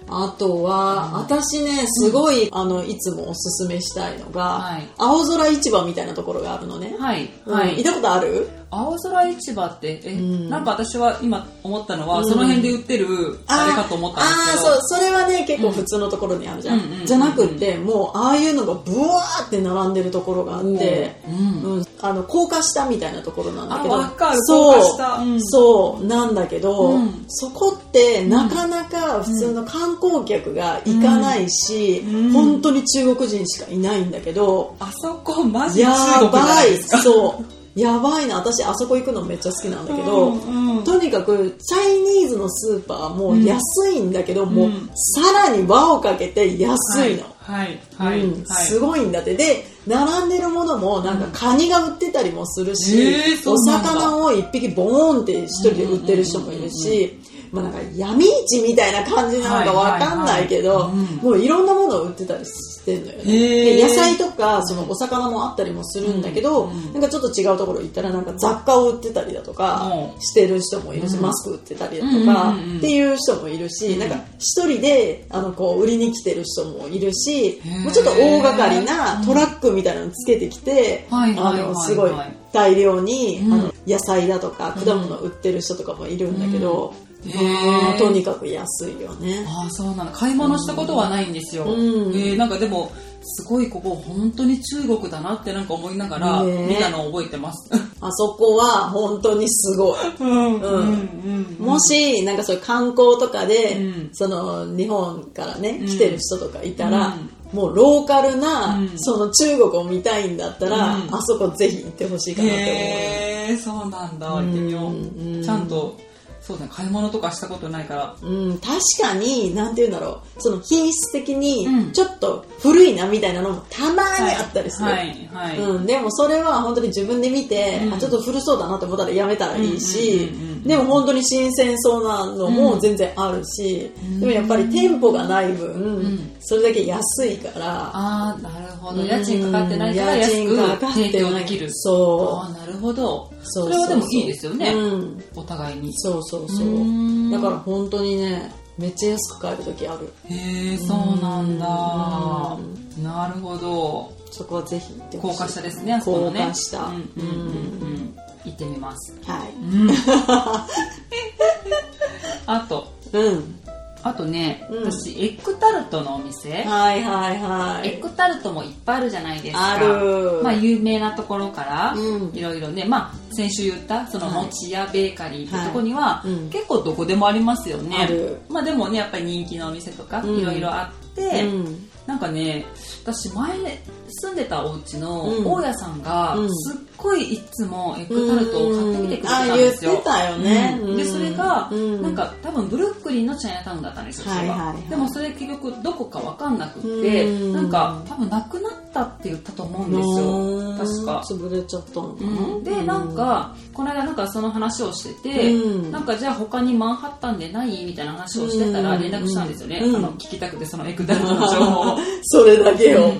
[SPEAKER 2] あとは、私ね、すごい、あの、いつもおすすめしたいのが、
[SPEAKER 1] はい
[SPEAKER 2] 青空市場みたいなところがあるのね。
[SPEAKER 1] はい。
[SPEAKER 2] うん
[SPEAKER 1] は
[SPEAKER 2] 行っ
[SPEAKER 1] い。
[SPEAKER 2] たことある
[SPEAKER 1] 青空市場って、え、
[SPEAKER 2] ん
[SPEAKER 1] なんか私は今思ったのは、その辺で売ってる、あれかと思ったんですけど。
[SPEAKER 2] あーそう、それはね、結構普通のところにあるじゃん。
[SPEAKER 1] うんうんうん
[SPEAKER 2] じゃなくって、もう、ああいうのがブワーって並んでるところがあって、
[SPEAKER 1] うん。
[SPEAKER 2] うん、あの高架下みたいなところなんだけど
[SPEAKER 1] あわかる
[SPEAKER 2] そう
[SPEAKER 1] 高架下うん
[SPEAKER 2] そうなんだけど、
[SPEAKER 1] うん
[SPEAKER 2] そこってなかなか普通の観光客が行かないし、
[SPEAKER 1] うん
[SPEAKER 2] 本当に中国人しかいないんだけど、
[SPEAKER 1] あそこマジ中
[SPEAKER 2] や
[SPEAKER 1] 国じゃな
[SPEAKER 2] ば
[SPEAKER 1] い
[SPEAKER 2] い
[SPEAKER 1] ですか。
[SPEAKER 2] そうやばいな私あそこ行くのめっちゃ好きなんだけど、
[SPEAKER 1] うんうん
[SPEAKER 2] とにかくチャイニーズのスーパーも安いんだけど、もう
[SPEAKER 1] うん
[SPEAKER 2] さらに輪をかけて安いの、
[SPEAKER 1] はい。はい。はい。
[SPEAKER 2] うん、すごいんだってで並んでるものもなんかカニが売ってたりもするし、
[SPEAKER 1] えーそう
[SPEAKER 2] お
[SPEAKER 1] なんだ
[SPEAKER 2] 魚を1匹ボーンって1人で売ってる人もいるし、まあ、なんか闇市みたいな感じなのかわかんないけど、
[SPEAKER 1] はいはいはいうん
[SPEAKER 2] もういろんなものを売ってたりしてんのよね、
[SPEAKER 1] へー
[SPEAKER 2] で野菜とかそのお魚もあったりもするんだけど、
[SPEAKER 1] うんうん
[SPEAKER 2] なんかちょっと違うところ行ったらなんか雑貨を売ってたりだとか
[SPEAKER 1] うん
[SPEAKER 2] してる人もいるし、
[SPEAKER 1] うん
[SPEAKER 2] マスク売ってたりだとか、
[SPEAKER 1] うんうんうんうん
[SPEAKER 2] っていう人もいるし、
[SPEAKER 1] うん
[SPEAKER 2] なんか一人であのこう売りに来てる人もいるし
[SPEAKER 1] へー
[SPEAKER 2] もうちょっと大掛かりなトラックみたいなのつけてきて、
[SPEAKER 1] うんはい
[SPEAKER 2] あ
[SPEAKER 1] はいはいは
[SPEAKER 2] の
[SPEAKER 1] い
[SPEAKER 2] すごい大量に、
[SPEAKER 1] うん
[SPEAKER 2] あの野菜だとか果物売ってる人とかもいるんだけど、
[SPEAKER 1] うん
[SPEAKER 2] まあ
[SPEAKER 1] へー
[SPEAKER 2] とにかく安いよね。
[SPEAKER 1] ああそうなの買い物したことはないんですよ、
[SPEAKER 2] うん
[SPEAKER 1] えーなんかでもすごいここ本当に中国だなってなんか思いながら
[SPEAKER 2] ねえ
[SPEAKER 1] 見たのを覚えてます、
[SPEAKER 2] あそこは本当にすごい。
[SPEAKER 1] うん
[SPEAKER 2] うん
[SPEAKER 1] ん
[SPEAKER 2] もし、なんかそういう観光とかで、
[SPEAKER 1] うん
[SPEAKER 2] その日本からね、
[SPEAKER 1] うん
[SPEAKER 2] 来てる人とかいたら、
[SPEAKER 1] うん
[SPEAKER 2] もうローカルな、
[SPEAKER 1] うん
[SPEAKER 2] その中国を見たいんだったら、
[SPEAKER 1] うん
[SPEAKER 2] あそこぜひ行ってほしいかなって思うよ。
[SPEAKER 1] へえそうなんだ行ってみよう、
[SPEAKER 2] うんうん
[SPEAKER 1] ちゃんとそうだね買い物とかしたことないから
[SPEAKER 2] うん、確かに、なんて言うんだろう、その品質的
[SPEAKER 1] う
[SPEAKER 2] に
[SPEAKER 1] ん
[SPEAKER 2] ちょっと古いなみたいなのもたまーにあったりする。
[SPEAKER 1] はいはい、
[SPEAKER 2] うん、でもそれは本当に自分で見て、
[SPEAKER 1] うん
[SPEAKER 2] あちょっと古そうだなって思ったらやめたらいいし、
[SPEAKER 1] うんうんうんうん
[SPEAKER 2] でも本当に新鮮そうなのも全然あるし、
[SPEAKER 1] ん
[SPEAKER 2] でもやっぱり店舗がない分、
[SPEAKER 1] ん
[SPEAKER 2] それだけ安いから、
[SPEAKER 1] ああなるほど家賃かかってないから安
[SPEAKER 2] うん家賃か
[SPEAKER 1] く
[SPEAKER 2] かってない
[SPEAKER 1] 提供できる
[SPEAKER 2] そう
[SPEAKER 1] ああなるほど
[SPEAKER 2] そ
[SPEAKER 1] そうれはでもいいですよね、
[SPEAKER 2] うん、
[SPEAKER 1] お互いに
[SPEAKER 2] そうそう
[SPEAKER 1] う
[SPEAKER 2] そう
[SPEAKER 1] ーん
[SPEAKER 2] だから本当にねめっちゃ安く買える時ある
[SPEAKER 1] へえそうなんだ
[SPEAKER 2] う
[SPEAKER 1] なるほど
[SPEAKER 2] そこはぜひ行ってほし
[SPEAKER 1] 高
[SPEAKER 2] い
[SPEAKER 1] 架下ですねあそこのね
[SPEAKER 2] 高架
[SPEAKER 1] う
[SPEAKER 2] 下
[SPEAKER 1] んうんうんうん行ってみます、
[SPEAKER 2] はい
[SPEAKER 1] うん、 あと
[SPEAKER 2] うん
[SPEAKER 1] あとね、
[SPEAKER 2] うん
[SPEAKER 1] 私エッグタルトのお店、
[SPEAKER 2] はいはいは
[SPEAKER 1] エッ
[SPEAKER 2] い
[SPEAKER 1] グタルトもいっぱいあるじゃないですか
[SPEAKER 2] ある
[SPEAKER 1] まあ、有名なところから
[SPEAKER 2] うん
[SPEAKER 1] いろいろね、まあ、先週言ったその
[SPEAKER 2] はい
[SPEAKER 1] 餅屋ベーカリーってとこには、
[SPEAKER 2] はいうん
[SPEAKER 1] 結構どこでもありますよね
[SPEAKER 2] ある
[SPEAKER 1] まあ、でもねやっぱり人気のお店とか
[SPEAKER 2] うん
[SPEAKER 1] いろいろあって、
[SPEAKER 2] うん
[SPEAKER 1] なんかね私前住んでたお家の
[SPEAKER 2] うん
[SPEAKER 1] 大家さんが
[SPEAKER 2] うん
[SPEAKER 1] すっごいいつもエッグタルトを買ってきてくれてたんですよ、
[SPEAKER 2] うんあ言ってたよね
[SPEAKER 1] うん
[SPEAKER 2] うん
[SPEAKER 1] でそれが、
[SPEAKER 2] うん
[SPEAKER 1] なんか多分ブルックリンのチャイナタウンだったんですよ、それ
[SPEAKER 2] はいはいはい
[SPEAKER 1] でもそれ結局どこかわかんなくって、
[SPEAKER 2] うん
[SPEAKER 1] なんか多分なくなったって言ったと思うんですよ確か
[SPEAKER 2] うん潰れちゃったのか
[SPEAKER 1] う、
[SPEAKER 2] なん
[SPEAKER 1] でなんかこの間なんかその話をしてて、
[SPEAKER 2] うん
[SPEAKER 1] なんかじゃあ他にマンハッタンでないみたいな話をしてたら連絡したんですよね、
[SPEAKER 2] うん
[SPEAKER 1] あの聞きたくてそのエクダルトの情報を
[SPEAKER 2] それだけを
[SPEAKER 1] うんし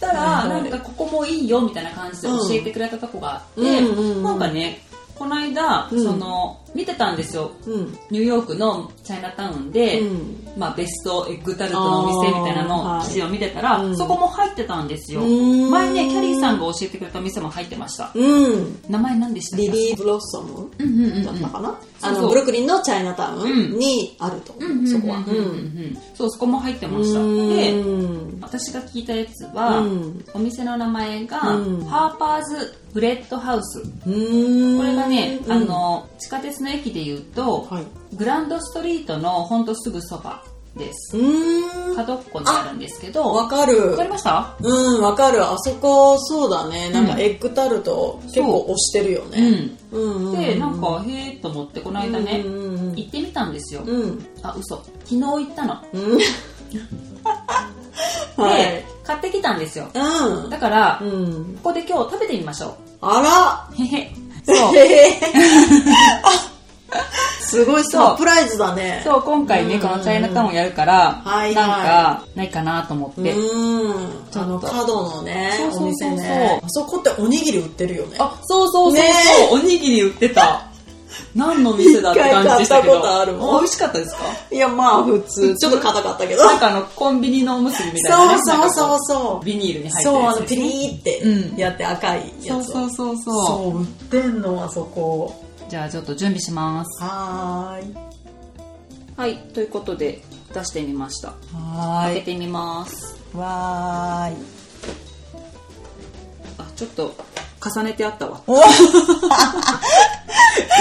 [SPEAKER 1] たら、
[SPEAKER 2] はい
[SPEAKER 1] なんかここもいいよみたいな感じで教えてくれたとこがあって、
[SPEAKER 2] うんうんうん
[SPEAKER 1] なんかねこの間、
[SPEAKER 2] うん
[SPEAKER 1] その見てたんですよ
[SPEAKER 2] うん
[SPEAKER 1] ニューヨークのチャイナタウンで、
[SPEAKER 2] うん
[SPEAKER 1] まあ、ベストエッグタルトのお店みたいなの
[SPEAKER 2] あ
[SPEAKER 1] を
[SPEAKER 2] ー
[SPEAKER 1] 記事を見てたら、
[SPEAKER 2] はいうん
[SPEAKER 1] そこも入ってたんですよ
[SPEAKER 2] うーん
[SPEAKER 1] 前ねキャリーさんが教えてくれたお店も入ってました
[SPEAKER 2] うん
[SPEAKER 1] 名前何でしたっけ
[SPEAKER 2] リリー・ブロッサム
[SPEAKER 1] うんうんうん
[SPEAKER 2] だったかな、
[SPEAKER 1] そうそう
[SPEAKER 2] あのブルックリンのチャイナタウンにあると、
[SPEAKER 1] うん
[SPEAKER 2] そこは、
[SPEAKER 1] うんうんうんうんそうそこも入ってました
[SPEAKER 2] うん
[SPEAKER 1] で
[SPEAKER 2] うん
[SPEAKER 1] 私が聞いたやつは、
[SPEAKER 2] うん
[SPEAKER 1] お店の名前が、
[SPEAKER 2] うん
[SPEAKER 1] ハーパーズブレッドハウス
[SPEAKER 2] うん
[SPEAKER 1] これがね、あの地下鉄の駅でいうと、
[SPEAKER 2] はい
[SPEAKER 1] グランドストリートのほんとすぐそばです
[SPEAKER 2] うん
[SPEAKER 1] 角っこにあるんですけど
[SPEAKER 2] わ
[SPEAKER 1] わ
[SPEAKER 2] かる
[SPEAKER 1] かりました
[SPEAKER 2] うんわかるあそこそうだねなん
[SPEAKER 1] う
[SPEAKER 2] か
[SPEAKER 1] ん
[SPEAKER 2] エッグタルト結構押してるよ
[SPEAKER 1] う
[SPEAKER 2] ね
[SPEAKER 1] ん
[SPEAKER 2] うんう
[SPEAKER 1] でなんかへえと思ってこの間ね
[SPEAKER 2] うんうんうん
[SPEAKER 1] 行ってみたんですよ
[SPEAKER 2] うん
[SPEAKER 1] あ嘘昨日行ったの
[SPEAKER 2] うんはい
[SPEAKER 1] 買ってきたんですよ。
[SPEAKER 2] うん
[SPEAKER 1] だから、こ
[SPEAKER 2] うん
[SPEAKER 1] こで今日食べてみましょ
[SPEAKER 2] あ
[SPEAKER 1] う。へへ。
[SPEAKER 2] ら
[SPEAKER 1] そう。
[SPEAKER 2] へへ すごい
[SPEAKER 1] そう
[SPEAKER 2] サプライズだね
[SPEAKER 1] そう、今回ね、
[SPEAKER 2] うん
[SPEAKER 1] このチャイナタウンやるから、
[SPEAKER 2] はいは
[SPEAKER 1] なん
[SPEAKER 2] い
[SPEAKER 1] か、ないかなと思って。
[SPEAKER 2] うん
[SPEAKER 1] ちょ
[SPEAKER 2] あ
[SPEAKER 1] っと
[SPEAKER 2] の角のね
[SPEAKER 1] そうそうそう
[SPEAKER 2] お店ねあそこっておにぎり売ってるよね
[SPEAKER 1] あ、そうそうそうそう、
[SPEAKER 2] ね
[SPEAKER 1] おにぎり売ってた。何の店だって感じでしたけ
[SPEAKER 2] 一回買ったことある
[SPEAKER 1] ど。
[SPEAKER 2] もん
[SPEAKER 1] 美味しかったですか
[SPEAKER 2] いやまあ普通ちょっと硬かったけど
[SPEAKER 1] なんかあの、コンビニのおむすびみたいなね、
[SPEAKER 2] そうそうそう
[SPEAKER 1] なんかこ
[SPEAKER 2] そう
[SPEAKER 1] ビニールに入ってる
[SPEAKER 2] そう
[SPEAKER 1] や
[SPEAKER 2] あ
[SPEAKER 1] つ
[SPEAKER 2] の
[SPEAKER 1] です
[SPEAKER 2] ピ
[SPEAKER 1] ね
[SPEAKER 2] リーっ
[SPEAKER 1] うん
[SPEAKER 2] てやって赤いや
[SPEAKER 1] そう
[SPEAKER 2] つ
[SPEAKER 1] そうそうそう
[SPEAKER 2] そう売ってんのあそこ
[SPEAKER 1] じゃあちょっと準備します
[SPEAKER 2] はーい
[SPEAKER 1] はいということで出してみました
[SPEAKER 2] は
[SPEAKER 1] 開け
[SPEAKER 2] ー
[SPEAKER 1] てみます
[SPEAKER 2] いわーい
[SPEAKER 1] あちょっと重ねてあったわ
[SPEAKER 2] お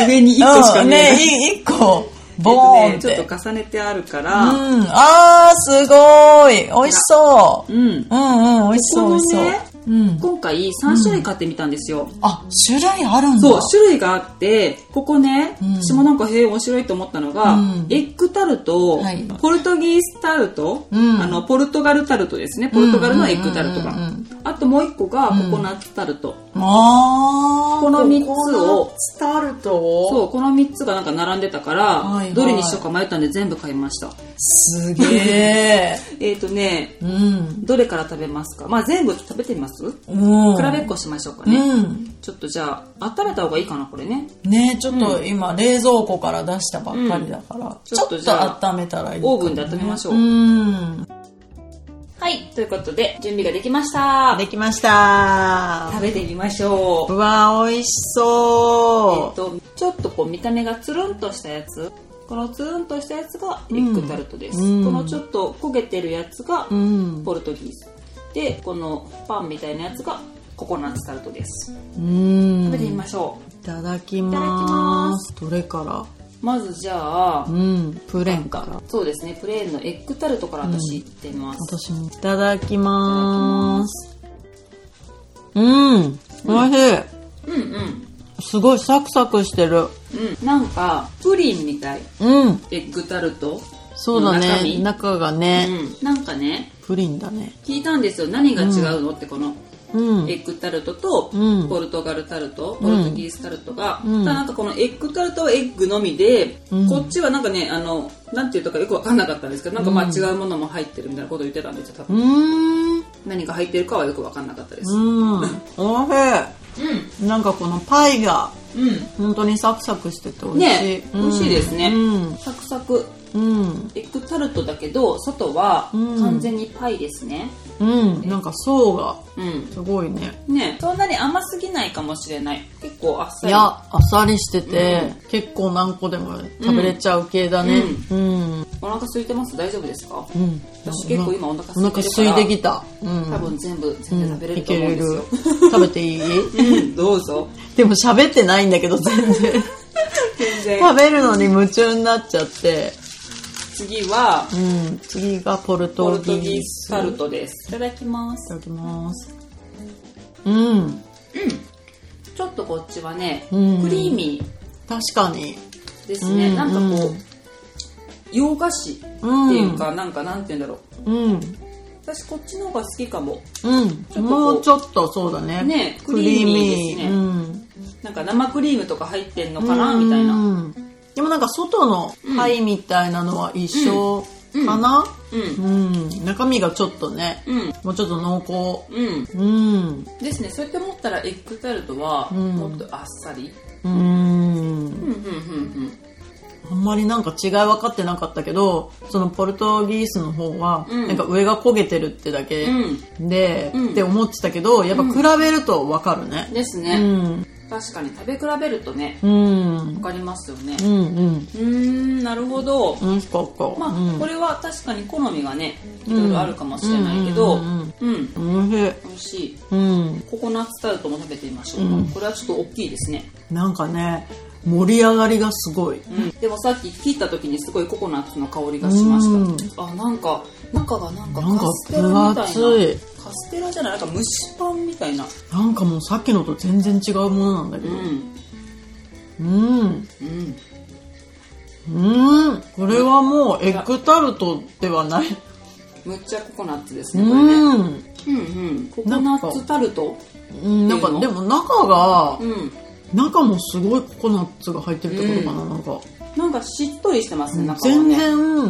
[SPEAKER 1] 上に一個しかねえ
[SPEAKER 2] うんねい一個ボ
[SPEAKER 1] え
[SPEAKER 2] ーン
[SPEAKER 1] っとね、
[SPEAKER 2] っ
[SPEAKER 1] ちょ
[SPEAKER 2] て
[SPEAKER 1] っと重ねてあるか
[SPEAKER 2] う
[SPEAKER 1] ら
[SPEAKER 2] んあーすごい美味しそ
[SPEAKER 1] うん、
[SPEAKER 2] ううんうん美味しそう美
[SPEAKER 1] ここ
[SPEAKER 2] 味し
[SPEAKER 1] の
[SPEAKER 2] そう
[SPEAKER 1] ね
[SPEAKER 2] うん
[SPEAKER 1] 今回3種類買ってみたんですよ、
[SPEAKER 2] あ種類あるんだ
[SPEAKER 1] そう種類があってここね、
[SPEAKER 2] うん
[SPEAKER 1] 私もなんかへえ面白いと思ったのが、
[SPEAKER 2] うん
[SPEAKER 1] エッグタルト、
[SPEAKER 2] はい
[SPEAKER 1] ポルトギースタルト、
[SPEAKER 2] うん
[SPEAKER 1] あのポルトガルタルトですねポルトガルのエッグタルトが、
[SPEAKER 2] うんうんうん
[SPEAKER 1] あともう一個が
[SPEAKER 2] うん
[SPEAKER 1] ココナッツタルト、
[SPEAKER 2] あー
[SPEAKER 1] この三つを
[SPEAKER 2] ココナッツタルトを
[SPEAKER 1] そうこの3つがなんか並んでたから、
[SPEAKER 2] はいはい
[SPEAKER 1] どれにしようか迷ったんで全部買いました
[SPEAKER 2] すげえ
[SPEAKER 1] えっ、ー、とね
[SPEAKER 2] うん
[SPEAKER 1] どれから食べますかまあ全部食べてみます、
[SPEAKER 2] うん
[SPEAKER 1] 比べっこしましょうかね、
[SPEAKER 2] うん
[SPEAKER 1] ちょっとじゃあ温めた方がいいかなこれね
[SPEAKER 2] ねちょっと今冷蔵庫から出したばっかりだから、
[SPEAKER 1] ち
[SPEAKER 2] ち
[SPEAKER 1] ょ
[SPEAKER 2] ょ
[SPEAKER 1] っと
[SPEAKER 2] っ
[SPEAKER 1] じゃあ
[SPEAKER 2] と温めたらいいかも
[SPEAKER 1] オーブンで温めましょう、
[SPEAKER 2] うん
[SPEAKER 1] はいということで準備ができました
[SPEAKER 2] できました
[SPEAKER 1] 食べてみましょう
[SPEAKER 2] うわ美味
[SPEAKER 1] えっ
[SPEAKER 2] しそ
[SPEAKER 1] とちょっとこう見た目がつるんとしたやつこのつるんとしたやつがエッグタルトです、
[SPEAKER 2] うん
[SPEAKER 1] このちょっと焦げてるやつが
[SPEAKER 2] ううん
[SPEAKER 1] ポルトギースでこのパンみたいなやつがココナッツタルトです
[SPEAKER 2] うん
[SPEAKER 1] 食べてみましょ
[SPEAKER 2] いただき
[SPEAKER 1] いただき
[SPEAKER 2] ま
[SPEAKER 1] ます
[SPEAKER 2] どれか
[SPEAKER 1] うまずじゃあ
[SPEAKER 2] らうんプレーンから
[SPEAKER 1] そうですねプレーンのエッグタルトから私いってみます、
[SPEAKER 2] 私もいただきますうん美味しい、
[SPEAKER 1] うん、うんうん
[SPEAKER 2] すごいサクサクしてる
[SPEAKER 1] なんかプリンみたい
[SPEAKER 2] うん
[SPEAKER 1] エッグタルト、
[SPEAKER 2] そうだ
[SPEAKER 1] 中
[SPEAKER 2] ね
[SPEAKER 1] 身
[SPEAKER 2] 中がね、
[SPEAKER 1] うん、なんかね
[SPEAKER 2] プリンだね
[SPEAKER 1] 聞いたんですよ何が違うのってこの
[SPEAKER 2] うん
[SPEAKER 1] エッグタルトと
[SPEAKER 2] うん
[SPEAKER 1] ポルトガルタルト、ポルトギースタルトが、
[SPEAKER 2] うん
[SPEAKER 1] ただなんかこのエッグタルトはエッグのみで、
[SPEAKER 2] うん
[SPEAKER 1] こっちはなんかねあのなんていうとかよく分かんなかったんですけどなんかまあ
[SPEAKER 2] うん
[SPEAKER 1] 違うものも入ってるみたいなことを言ってたんですよ多
[SPEAKER 2] う
[SPEAKER 1] 分、
[SPEAKER 2] ん
[SPEAKER 1] 何が入ってるかはよく分かんなかったです
[SPEAKER 2] うんおいし
[SPEAKER 1] う
[SPEAKER 2] いなんかこのパイが
[SPEAKER 1] んうん、
[SPEAKER 2] 本当にサクサクしてて美味しい、
[SPEAKER 1] ね美味しいですね、
[SPEAKER 2] うん
[SPEAKER 1] サクサク
[SPEAKER 2] うん
[SPEAKER 1] エッグタルトだけど外は
[SPEAKER 2] うん
[SPEAKER 1] 完全にパイですね
[SPEAKER 2] うん、なんか層が
[SPEAKER 1] うん
[SPEAKER 2] すごいね
[SPEAKER 1] ねそんなに甘すぎないかもしれない結構あっさ
[SPEAKER 2] い
[SPEAKER 1] り
[SPEAKER 2] やあっさりしてて、結構何個でも食べれちゃう系だねうん、うん
[SPEAKER 1] お腹空いてます大丈夫ですか私結構今お腹
[SPEAKER 2] お腹
[SPEAKER 1] 空
[SPEAKER 2] 空
[SPEAKER 1] い
[SPEAKER 2] い
[SPEAKER 1] て
[SPEAKER 2] て
[SPEAKER 1] る
[SPEAKER 2] きた、うん、
[SPEAKER 1] から多分全部全部食べれると思うんですよ、
[SPEAKER 2] いけ る食べていい
[SPEAKER 1] うん、どうぞ
[SPEAKER 2] でも喋ってないんだけど全 然
[SPEAKER 1] 全然
[SPEAKER 2] 食べるのに夢中になっちゃって、
[SPEAKER 1] 次は
[SPEAKER 2] うん、次がポル
[SPEAKER 1] ポ
[SPEAKER 2] ト
[SPEAKER 1] ル
[SPEAKER 2] ギ
[SPEAKER 1] ト
[SPEAKER 2] ー
[SPEAKER 1] ギー
[SPEAKER 2] ス
[SPEAKER 1] スタルトですいただきま
[SPEAKER 2] い
[SPEAKER 1] す
[SPEAKER 2] ただきますうん
[SPEAKER 1] ちょっとこっちはね、
[SPEAKER 2] うん
[SPEAKER 1] クリーミ
[SPEAKER 2] 確かに
[SPEAKER 1] ーですね、
[SPEAKER 2] うん
[SPEAKER 1] なんかこう、
[SPEAKER 2] うん
[SPEAKER 1] 洋菓子って
[SPEAKER 2] うん
[SPEAKER 1] いうか、なんかなんて言うんだろう
[SPEAKER 2] うん
[SPEAKER 1] 私こっちの方が好きかも
[SPEAKER 2] うんもうちょっとそうだね
[SPEAKER 1] ね
[SPEAKER 2] クリー
[SPEAKER 1] クリーミー
[SPEAKER 2] ミー
[SPEAKER 1] ですね
[SPEAKER 2] うん
[SPEAKER 1] なんか生クリームとか入ってんのかなみたいなうん
[SPEAKER 2] うんでもなんか外のパイみたいなのは一緒かなうん、中身がちょっとね
[SPEAKER 1] うん
[SPEAKER 2] もうちょっと濃
[SPEAKER 1] うん
[SPEAKER 2] 厚うん
[SPEAKER 1] ですねそうやって思ったらエッグタルトは
[SPEAKER 2] うん
[SPEAKER 1] もっとあっさりうんうん
[SPEAKER 2] うん
[SPEAKER 1] うん
[SPEAKER 2] あんまりなんか違い分かってなかったけどそのポルトギースの方は、
[SPEAKER 1] うん
[SPEAKER 2] なんか上が焦げてるってだけ
[SPEAKER 1] うん
[SPEAKER 2] で、
[SPEAKER 1] うん
[SPEAKER 2] って思ってたけどやっぱ比べると分かるね
[SPEAKER 1] うん、です
[SPEAKER 2] う
[SPEAKER 1] ね、
[SPEAKER 2] ん
[SPEAKER 1] 確かに食べ比べるとね
[SPEAKER 2] うん
[SPEAKER 1] わかりますよね
[SPEAKER 2] うんうん
[SPEAKER 1] うーんなるほど
[SPEAKER 2] 美味しかった
[SPEAKER 1] まあ、
[SPEAKER 2] うん
[SPEAKER 1] これは確かに好みがねいろいろあるかもしれないけどう、
[SPEAKER 2] うんん美味しい
[SPEAKER 1] 美味しい
[SPEAKER 2] うん
[SPEAKER 1] ココナッツタルトも食べてみましょうか、
[SPEAKER 2] うん
[SPEAKER 1] これはちょっと大きいですね、
[SPEAKER 2] なんかね盛り上がりがすごい
[SPEAKER 1] うん、でもさっき切った時にすごいココナッツの香りがしました、あなんか中がなんか
[SPEAKER 2] なんか
[SPEAKER 1] カステラみたいな
[SPEAKER 2] 分厚い
[SPEAKER 1] カステラじゃないなんか蒸しパンみたいな
[SPEAKER 2] なんかもうさっきのと全然違うものなんだけ
[SPEAKER 1] う
[SPEAKER 2] ど
[SPEAKER 1] ん
[SPEAKER 2] うん
[SPEAKER 1] うん
[SPEAKER 2] うんこれはもうエッグタルトではない
[SPEAKER 1] むっちゃココナッツです
[SPEAKER 2] う
[SPEAKER 1] ねこれね
[SPEAKER 2] ん
[SPEAKER 1] うんうんココナッツタルト
[SPEAKER 2] うんなんか
[SPEAKER 1] いいの
[SPEAKER 2] でも中が
[SPEAKER 1] うん
[SPEAKER 2] 中もすごいココナッツが入ってるってことかな、なんか
[SPEAKER 1] なんかしっとりしてますね中は
[SPEAKER 2] 全
[SPEAKER 1] ね
[SPEAKER 2] 然な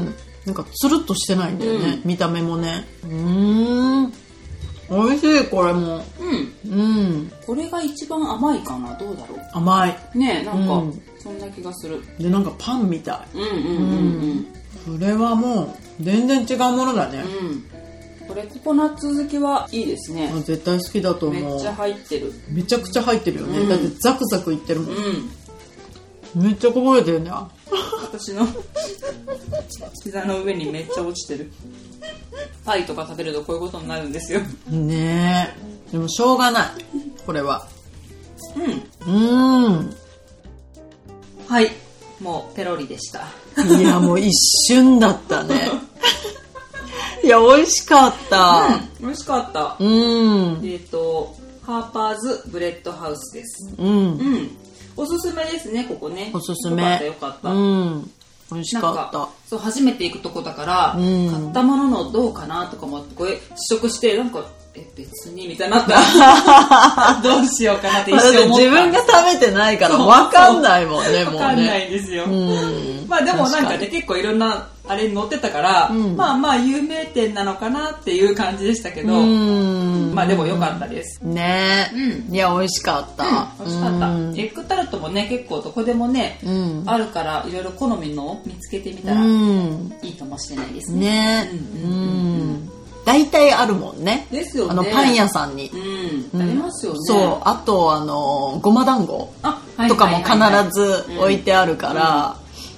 [SPEAKER 2] んかつるっとしてないんだよね、見た目もねうーん美味しいこれも
[SPEAKER 1] うん
[SPEAKER 2] うん
[SPEAKER 1] これが一番甘いかなどうだろ
[SPEAKER 2] 甘いう
[SPEAKER 1] ねえなんか、
[SPEAKER 2] うん
[SPEAKER 1] そんな気がする
[SPEAKER 2] でなんかパンみた
[SPEAKER 1] うんうんうん
[SPEAKER 2] いこれはもう全然違うものだね
[SPEAKER 1] うん、うん、これココナッツ好きはいいですね
[SPEAKER 2] あ絶対好きだと
[SPEAKER 1] め
[SPEAKER 2] 思
[SPEAKER 1] っ
[SPEAKER 2] う
[SPEAKER 1] ちゃ入ってる
[SPEAKER 2] めちゃくちゃ入ってるよね、
[SPEAKER 1] うん
[SPEAKER 2] だってザクザクいってるも、
[SPEAKER 1] うんん
[SPEAKER 2] めっちゃこぼれてるね
[SPEAKER 1] 私の 膝の上にめっちゃ落ちてるパイとか食べるとこういうことになるんですよ
[SPEAKER 2] ねえでもしょうがないこれは
[SPEAKER 1] う
[SPEAKER 2] うーん
[SPEAKER 1] んはいもうペロリでした
[SPEAKER 2] いやもう一瞬だったね いや美味しかった
[SPEAKER 1] 美味しかった
[SPEAKER 2] うん
[SPEAKER 1] えっ、とハーパーズブレッドハウスです
[SPEAKER 2] うん
[SPEAKER 1] うんおすすめですねここね
[SPEAKER 2] おすすめ
[SPEAKER 1] よかったよかった、
[SPEAKER 2] うん美味し
[SPEAKER 1] なん
[SPEAKER 2] かった
[SPEAKER 1] かそう初めて行くとこだから、
[SPEAKER 2] うん
[SPEAKER 1] 買ったもののどうかなとかもあってこれ試食してなんかえ別にみたいになった どうしようかなって一
[SPEAKER 2] まあだって
[SPEAKER 1] 瞬思った
[SPEAKER 2] 自分が食べてないから分かんないもんねもうね
[SPEAKER 1] わかんないんですよ、
[SPEAKER 2] うん
[SPEAKER 1] まあでもなんか
[SPEAKER 2] 確
[SPEAKER 1] ね結構いろんなあれに載ってたから、
[SPEAKER 2] うん
[SPEAKER 1] まあまあ有名店なのかなっていう感じでしたけ
[SPEAKER 2] う
[SPEAKER 1] ど、
[SPEAKER 2] ん
[SPEAKER 1] まあでも良かったです、
[SPEAKER 2] ね
[SPEAKER 1] う
[SPEAKER 2] いや美味しかった
[SPEAKER 1] 美味しかった、
[SPEAKER 2] うん
[SPEAKER 1] エッグタルトもね結構どこでもね、
[SPEAKER 2] うん
[SPEAKER 1] あるからいろいろ好みのを見つけてみたらい
[SPEAKER 2] うん
[SPEAKER 1] いかもしれないですね、
[SPEAKER 2] ね
[SPEAKER 1] う
[SPEAKER 2] うん
[SPEAKER 1] うん
[SPEAKER 2] 大体あるもんね
[SPEAKER 1] ですよね
[SPEAKER 2] あのパン屋さんに
[SPEAKER 1] うん、
[SPEAKER 2] うん
[SPEAKER 1] ありますよね
[SPEAKER 2] そうあとあのごま団子
[SPEAKER 1] あ、はいはいはいはい
[SPEAKER 2] とかも必ず置いてあるから、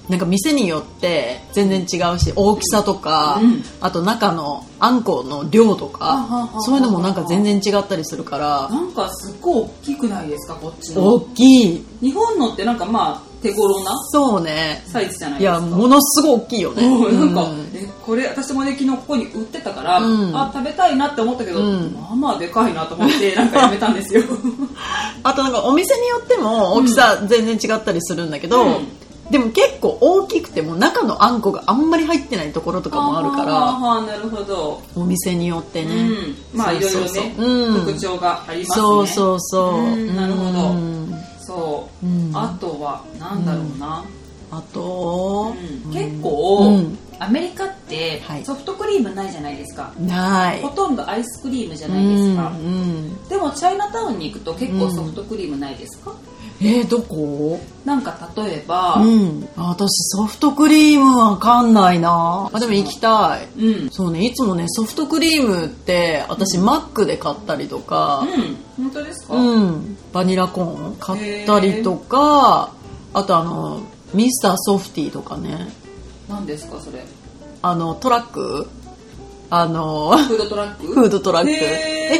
[SPEAKER 2] なんか店によって全然違うし大きさとか、
[SPEAKER 1] うん
[SPEAKER 2] あと中のあんこの量と
[SPEAKER 1] あはは
[SPEAKER 2] か
[SPEAKER 1] は
[SPEAKER 2] そういうのもなんか全然違ったりするから
[SPEAKER 1] なんかすっごい大きくないですかこっち
[SPEAKER 2] 大
[SPEAKER 1] の
[SPEAKER 2] きい
[SPEAKER 1] 日本のってなんかまあ手頃な
[SPEAKER 2] そうね
[SPEAKER 1] サイズじゃない
[SPEAKER 2] い
[SPEAKER 1] ですか
[SPEAKER 2] やものすごい大きいよね
[SPEAKER 1] うんなんか、
[SPEAKER 2] うん
[SPEAKER 1] えこれ私もね昨日ここに売ってたから、
[SPEAKER 2] うん
[SPEAKER 1] あ食べたいなって思ったけど、
[SPEAKER 2] うん
[SPEAKER 1] まあまあでかいなと思ってなんかやめたんですよ
[SPEAKER 2] あとなんかお店によっても大きさ全然違ったりするんだけど、
[SPEAKER 1] うん
[SPEAKER 2] でも結構大きくても中のあんこがあんまり入ってないところとかもあるから
[SPEAKER 1] ああなるほど、
[SPEAKER 2] お店によってね、
[SPEAKER 1] うんまあいろいろね
[SPEAKER 2] そうそうそううん
[SPEAKER 1] 特徴がありますね
[SPEAKER 2] そうそうそう、
[SPEAKER 1] うんなるほど
[SPEAKER 2] うん
[SPEAKER 1] そう、
[SPEAKER 2] うん
[SPEAKER 1] あとはなんだろうな、
[SPEAKER 2] あと、
[SPEAKER 1] うん結構、
[SPEAKER 2] うん
[SPEAKER 1] アメリカって
[SPEAKER 2] はい
[SPEAKER 1] ソフトクリームないじゃないですか、
[SPEAKER 2] ない
[SPEAKER 1] ほとんどアイスクリームじゃないですか、
[SPEAKER 2] うんうん
[SPEAKER 1] でもチャイナタウンに行くと結構ソフトクリームないですか、
[SPEAKER 2] えー、どこ
[SPEAKER 1] なんか例えば、
[SPEAKER 2] うんあ私ソフトクリームわかんないなあでも行きたい
[SPEAKER 1] うん
[SPEAKER 2] そうねいつもねソフトクリームって私マックで買ったりとか
[SPEAKER 1] うん、本当ですか、
[SPEAKER 2] うんバニラコーン買ったりとかあとあのミスターソフティーとかね
[SPEAKER 1] 何ですかそれ
[SPEAKER 2] あのトラックあの
[SPEAKER 1] フードトラック
[SPEAKER 2] フードトラック
[SPEAKER 1] へー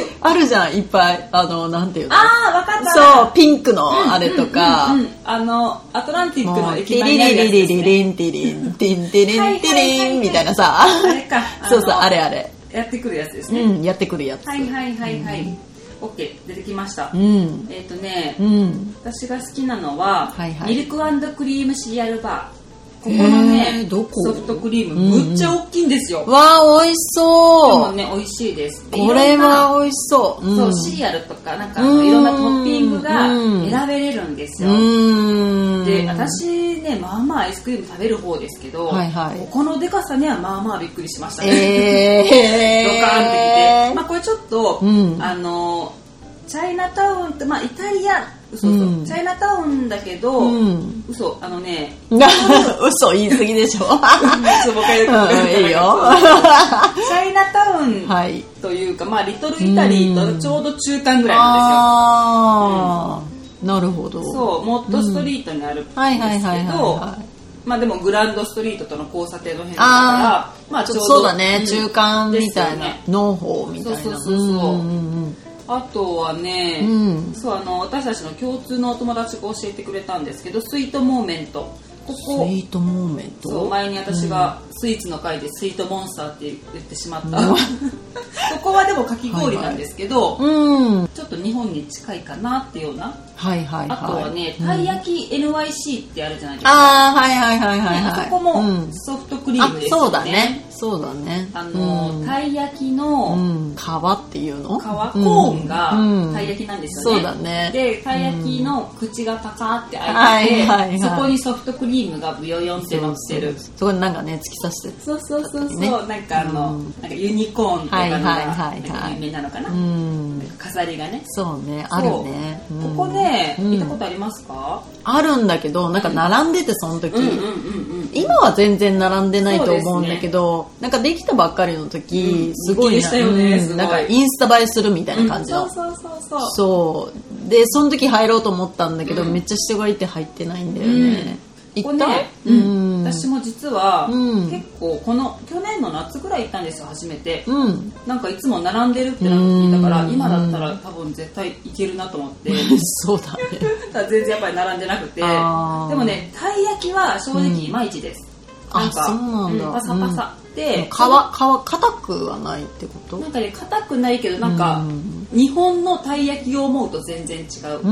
[SPEAKER 2] えあるじゃんいっぱいあのなんていうの
[SPEAKER 1] ああわかった
[SPEAKER 2] そうピンクのあれとか、
[SPEAKER 1] うんあのアトランティック
[SPEAKER 2] も
[SPEAKER 1] の
[SPEAKER 2] う、
[SPEAKER 1] 駅
[SPEAKER 2] ティ
[SPEAKER 1] 前
[SPEAKER 2] リ
[SPEAKER 1] にある
[SPEAKER 2] リ
[SPEAKER 1] やつ
[SPEAKER 2] リリ
[SPEAKER 1] です
[SPEAKER 2] リ
[SPEAKER 1] ね
[SPEAKER 2] リン、ティリン、ティン、ティリ
[SPEAKER 1] はいはい
[SPEAKER 2] ン、ティ
[SPEAKER 1] はいは
[SPEAKER 2] リ
[SPEAKER 1] い
[SPEAKER 2] ン、みたいなさ。
[SPEAKER 1] あれかあの
[SPEAKER 2] そうそう、あれあれ。
[SPEAKER 1] やってくるやつですね、
[SPEAKER 2] うん、やってくるやつ。
[SPEAKER 1] はいはいはいはい、オッケー出てきました、
[SPEAKER 2] うん。
[SPEAKER 1] えっ、とね、
[SPEAKER 2] うん。
[SPEAKER 1] 私が好きなのは、
[SPEAKER 2] はいはい
[SPEAKER 1] ミルククリームシリアルバーここの
[SPEAKER 2] へ
[SPEAKER 1] ね
[SPEAKER 2] ーどこ
[SPEAKER 1] ソフトクリームむっちゃ大きいんですよ、
[SPEAKER 2] わあ、美味し
[SPEAKER 1] で
[SPEAKER 2] そ
[SPEAKER 1] も
[SPEAKER 2] う。
[SPEAKER 1] ね美味しいですで
[SPEAKER 2] こ
[SPEAKER 1] い
[SPEAKER 2] れ
[SPEAKER 1] ろんな
[SPEAKER 2] は美味しそう。
[SPEAKER 1] そ
[SPEAKER 2] ん
[SPEAKER 1] うシリアルとかなんかあのいろんなトッピングが
[SPEAKER 2] うん
[SPEAKER 1] 選べれるんです
[SPEAKER 2] う
[SPEAKER 1] よ、
[SPEAKER 2] ーん。
[SPEAKER 1] で私ねまあまあアイスクリーム食べる方ですけど、
[SPEAKER 2] はいはい
[SPEAKER 1] ここのでかさにはまあまあびっくりしましたね、ドカーンってき
[SPEAKER 2] え
[SPEAKER 1] て、
[SPEAKER 2] ー。
[SPEAKER 1] まあ、これちょっと、
[SPEAKER 2] うん
[SPEAKER 1] あのチャイナタウンってまあイタリアそうそう、
[SPEAKER 2] うん
[SPEAKER 1] チャイナタウンだけど、
[SPEAKER 2] うん。
[SPEAKER 1] 嘘あのね
[SPEAKER 2] 嘘言い過ぎでしょ。
[SPEAKER 1] そう僕が言う こと
[SPEAKER 2] うんいいよ
[SPEAKER 1] チャイナタウン
[SPEAKER 2] はい。
[SPEAKER 1] というか、まあ、リトルイタリーとちょうど中間ぐらいなん
[SPEAKER 2] ああ、なるほど。
[SPEAKER 1] ですよそうモッドストリートにあるんですけど、
[SPEAKER 2] はいはいはいはいはい。
[SPEAKER 1] まあでもグランドストリートとの交差点の辺だから
[SPEAKER 2] あ
[SPEAKER 1] まあちょうど
[SPEAKER 2] そうだね、
[SPEAKER 1] ん
[SPEAKER 2] 中間みたいな、
[SPEAKER 1] です
[SPEAKER 2] 農法みたいな
[SPEAKER 1] そうそうそうそうん
[SPEAKER 2] うん
[SPEAKER 1] あとはね、
[SPEAKER 2] うんうん
[SPEAKER 1] そうあの私たちの共通のお友達が教えてくれたんですけどスイートモーメントこ
[SPEAKER 2] スイ
[SPEAKER 1] こ
[SPEAKER 2] ートモーメント
[SPEAKER 1] そう前に私がスイーツの会でスイートモンスターって言ってしまった、
[SPEAKER 2] うん
[SPEAKER 1] ここはでもかき氷なんですけど、
[SPEAKER 2] うんはい
[SPEAKER 1] ちょっと日本に近いかなっていうような
[SPEAKER 2] はいはい
[SPEAKER 1] あとはね、
[SPEAKER 2] うん
[SPEAKER 1] たい焼き NYC ってあるじゃないですか、
[SPEAKER 2] ああはいはいはいはいはい
[SPEAKER 1] あそこも
[SPEAKER 2] うん
[SPEAKER 1] ソフトクリームです
[SPEAKER 2] あそうだねそうだね
[SPEAKER 1] あの、
[SPEAKER 2] うん
[SPEAKER 1] たい焼きの、
[SPEAKER 2] うん、皮っていうの
[SPEAKER 1] 皮コーンが
[SPEAKER 2] うん
[SPEAKER 1] たい焼きなんですよ
[SPEAKER 2] そう
[SPEAKER 1] ね、
[SPEAKER 2] だね
[SPEAKER 1] でたい焼きの口がパカーって
[SPEAKER 2] は
[SPEAKER 1] 開いてて、
[SPEAKER 2] いはいはい
[SPEAKER 1] そこにソフトクリームがブヨヨンって乗ってる
[SPEAKER 2] そこになんかね突き刺して
[SPEAKER 1] そうそうそうそう、
[SPEAKER 2] ね
[SPEAKER 1] なんかあの、
[SPEAKER 2] うん
[SPEAKER 1] なんかユニコーンとかのが
[SPEAKER 2] はいはいはいはい
[SPEAKER 1] なんか有名なのかな、
[SPEAKER 2] うん
[SPEAKER 1] 飾りがね
[SPEAKER 2] そうねあるね、
[SPEAKER 1] そう
[SPEAKER 2] うん
[SPEAKER 1] ここね、
[SPEAKER 2] うん
[SPEAKER 1] 行ったことありますか、
[SPEAKER 2] あるんだけどなんか並んでてその時、
[SPEAKER 1] うん、うんうんうん
[SPEAKER 2] 今は全然並んでないと思
[SPEAKER 1] そううんですね
[SPEAKER 2] だけど、なんかできたばっかりの時、
[SPEAKER 1] うん
[SPEAKER 2] すご
[SPEAKER 1] 人
[SPEAKER 2] い
[SPEAKER 1] 気でしたよねすごい
[SPEAKER 2] なんかインスタ映えするみたいな感じの、
[SPEAKER 1] そうそうそうそう
[SPEAKER 2] そうでその時入ろうと思ったんだけど、
[SPEAKER 1] うん
[SPEAKER 2] めっちゃ人がいて入ってないんだよね、
[SPEAKER 1] こ
[SPEAKER 2] 行
[SPEAKER 1] こ
[SPEAKER 2] った、
[SPEAKER 1] ね、
[SPEAKER 2] うん
[SPEAKER 1] 私も実は、
[SPEAKER 2] うん
[SPEAKER 1] 結構この去年の夏ぐらい行ったんですよ初めて、
[SPEAKER 2] うん
[SPEAKER 1] なんかいつも並んでるってなんか聞いたから、
[SPEAKER 2] うん
[SPEAKER 1] 今だったら多分絶対行けるなと思って、
[SPEAKER 2] そうだね
[SPEAKER 1] ただ全然やっぱり並んでなくてで
[SPEAKER 2] あー
[SPEAKER 1] もねたい焼きは正直いまいちです、
[SPEAKER 2] うん
[SPEAKER 1] なんか
[SPEAKER 2] あそうなんだ
[SPEAKER 1] パサパサ、で
[SPEAKER 2] 皮皮硬くはないってこと
[SPEAKER 1] なんかね硬くないけどなんか、
[SPEAKER 2] うん
[SPEAKER 1] 日本のたい焼きを思うと全然違うかなって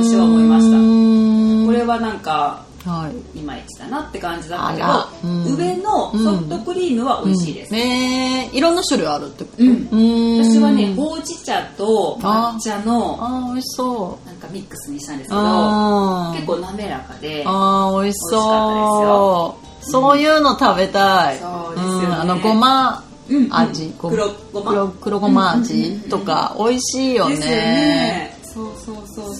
[SPEAKER 1] 私は思いました
[SPEAKER 2] し
[SPEAKER 1] これはなんか
[SPEAKER 2] はい
[SPEAKER 1] いまいちだなって感じだったけ
[SPEAKER 2] あ
[SPEAKER 1] ど、
[SPEAKER 2] らうん
[SPEAKER 1] 上のソフトクリームは美味しいです、
[SPEAKER 2] ねえいろんな種類あるってこと、
[SPEAKER 1] うん
[SPEAKER 2] うん
[SPEAKER 1] 私はねほうじ茶と抹茶の
[SPEAKER 2] あー美味しそう
[SPEAKER 1] なんかミックスにしたんですけど
[SPEAKER 2] あー
[SPEAKER 1] 結構滑らかで
[SPEAKER 2] あー美味し
[SPEAKER 1] 美味しか
[SPEAKER 2] そうそういうの食べたい、
[SPEAKER 1] そうですよね
[SPEAKER 2] んあのごま
[SPEAKER 1] うんうん
[SPEAKER 2] 味ご
[SPEAKER 1] 黒ごま
[SPEAKER 2] 黒黒ごま味とか美味しいよね
[SPEAKER 1] ですよねそうそうそうそう
[SPEAKER 2] そ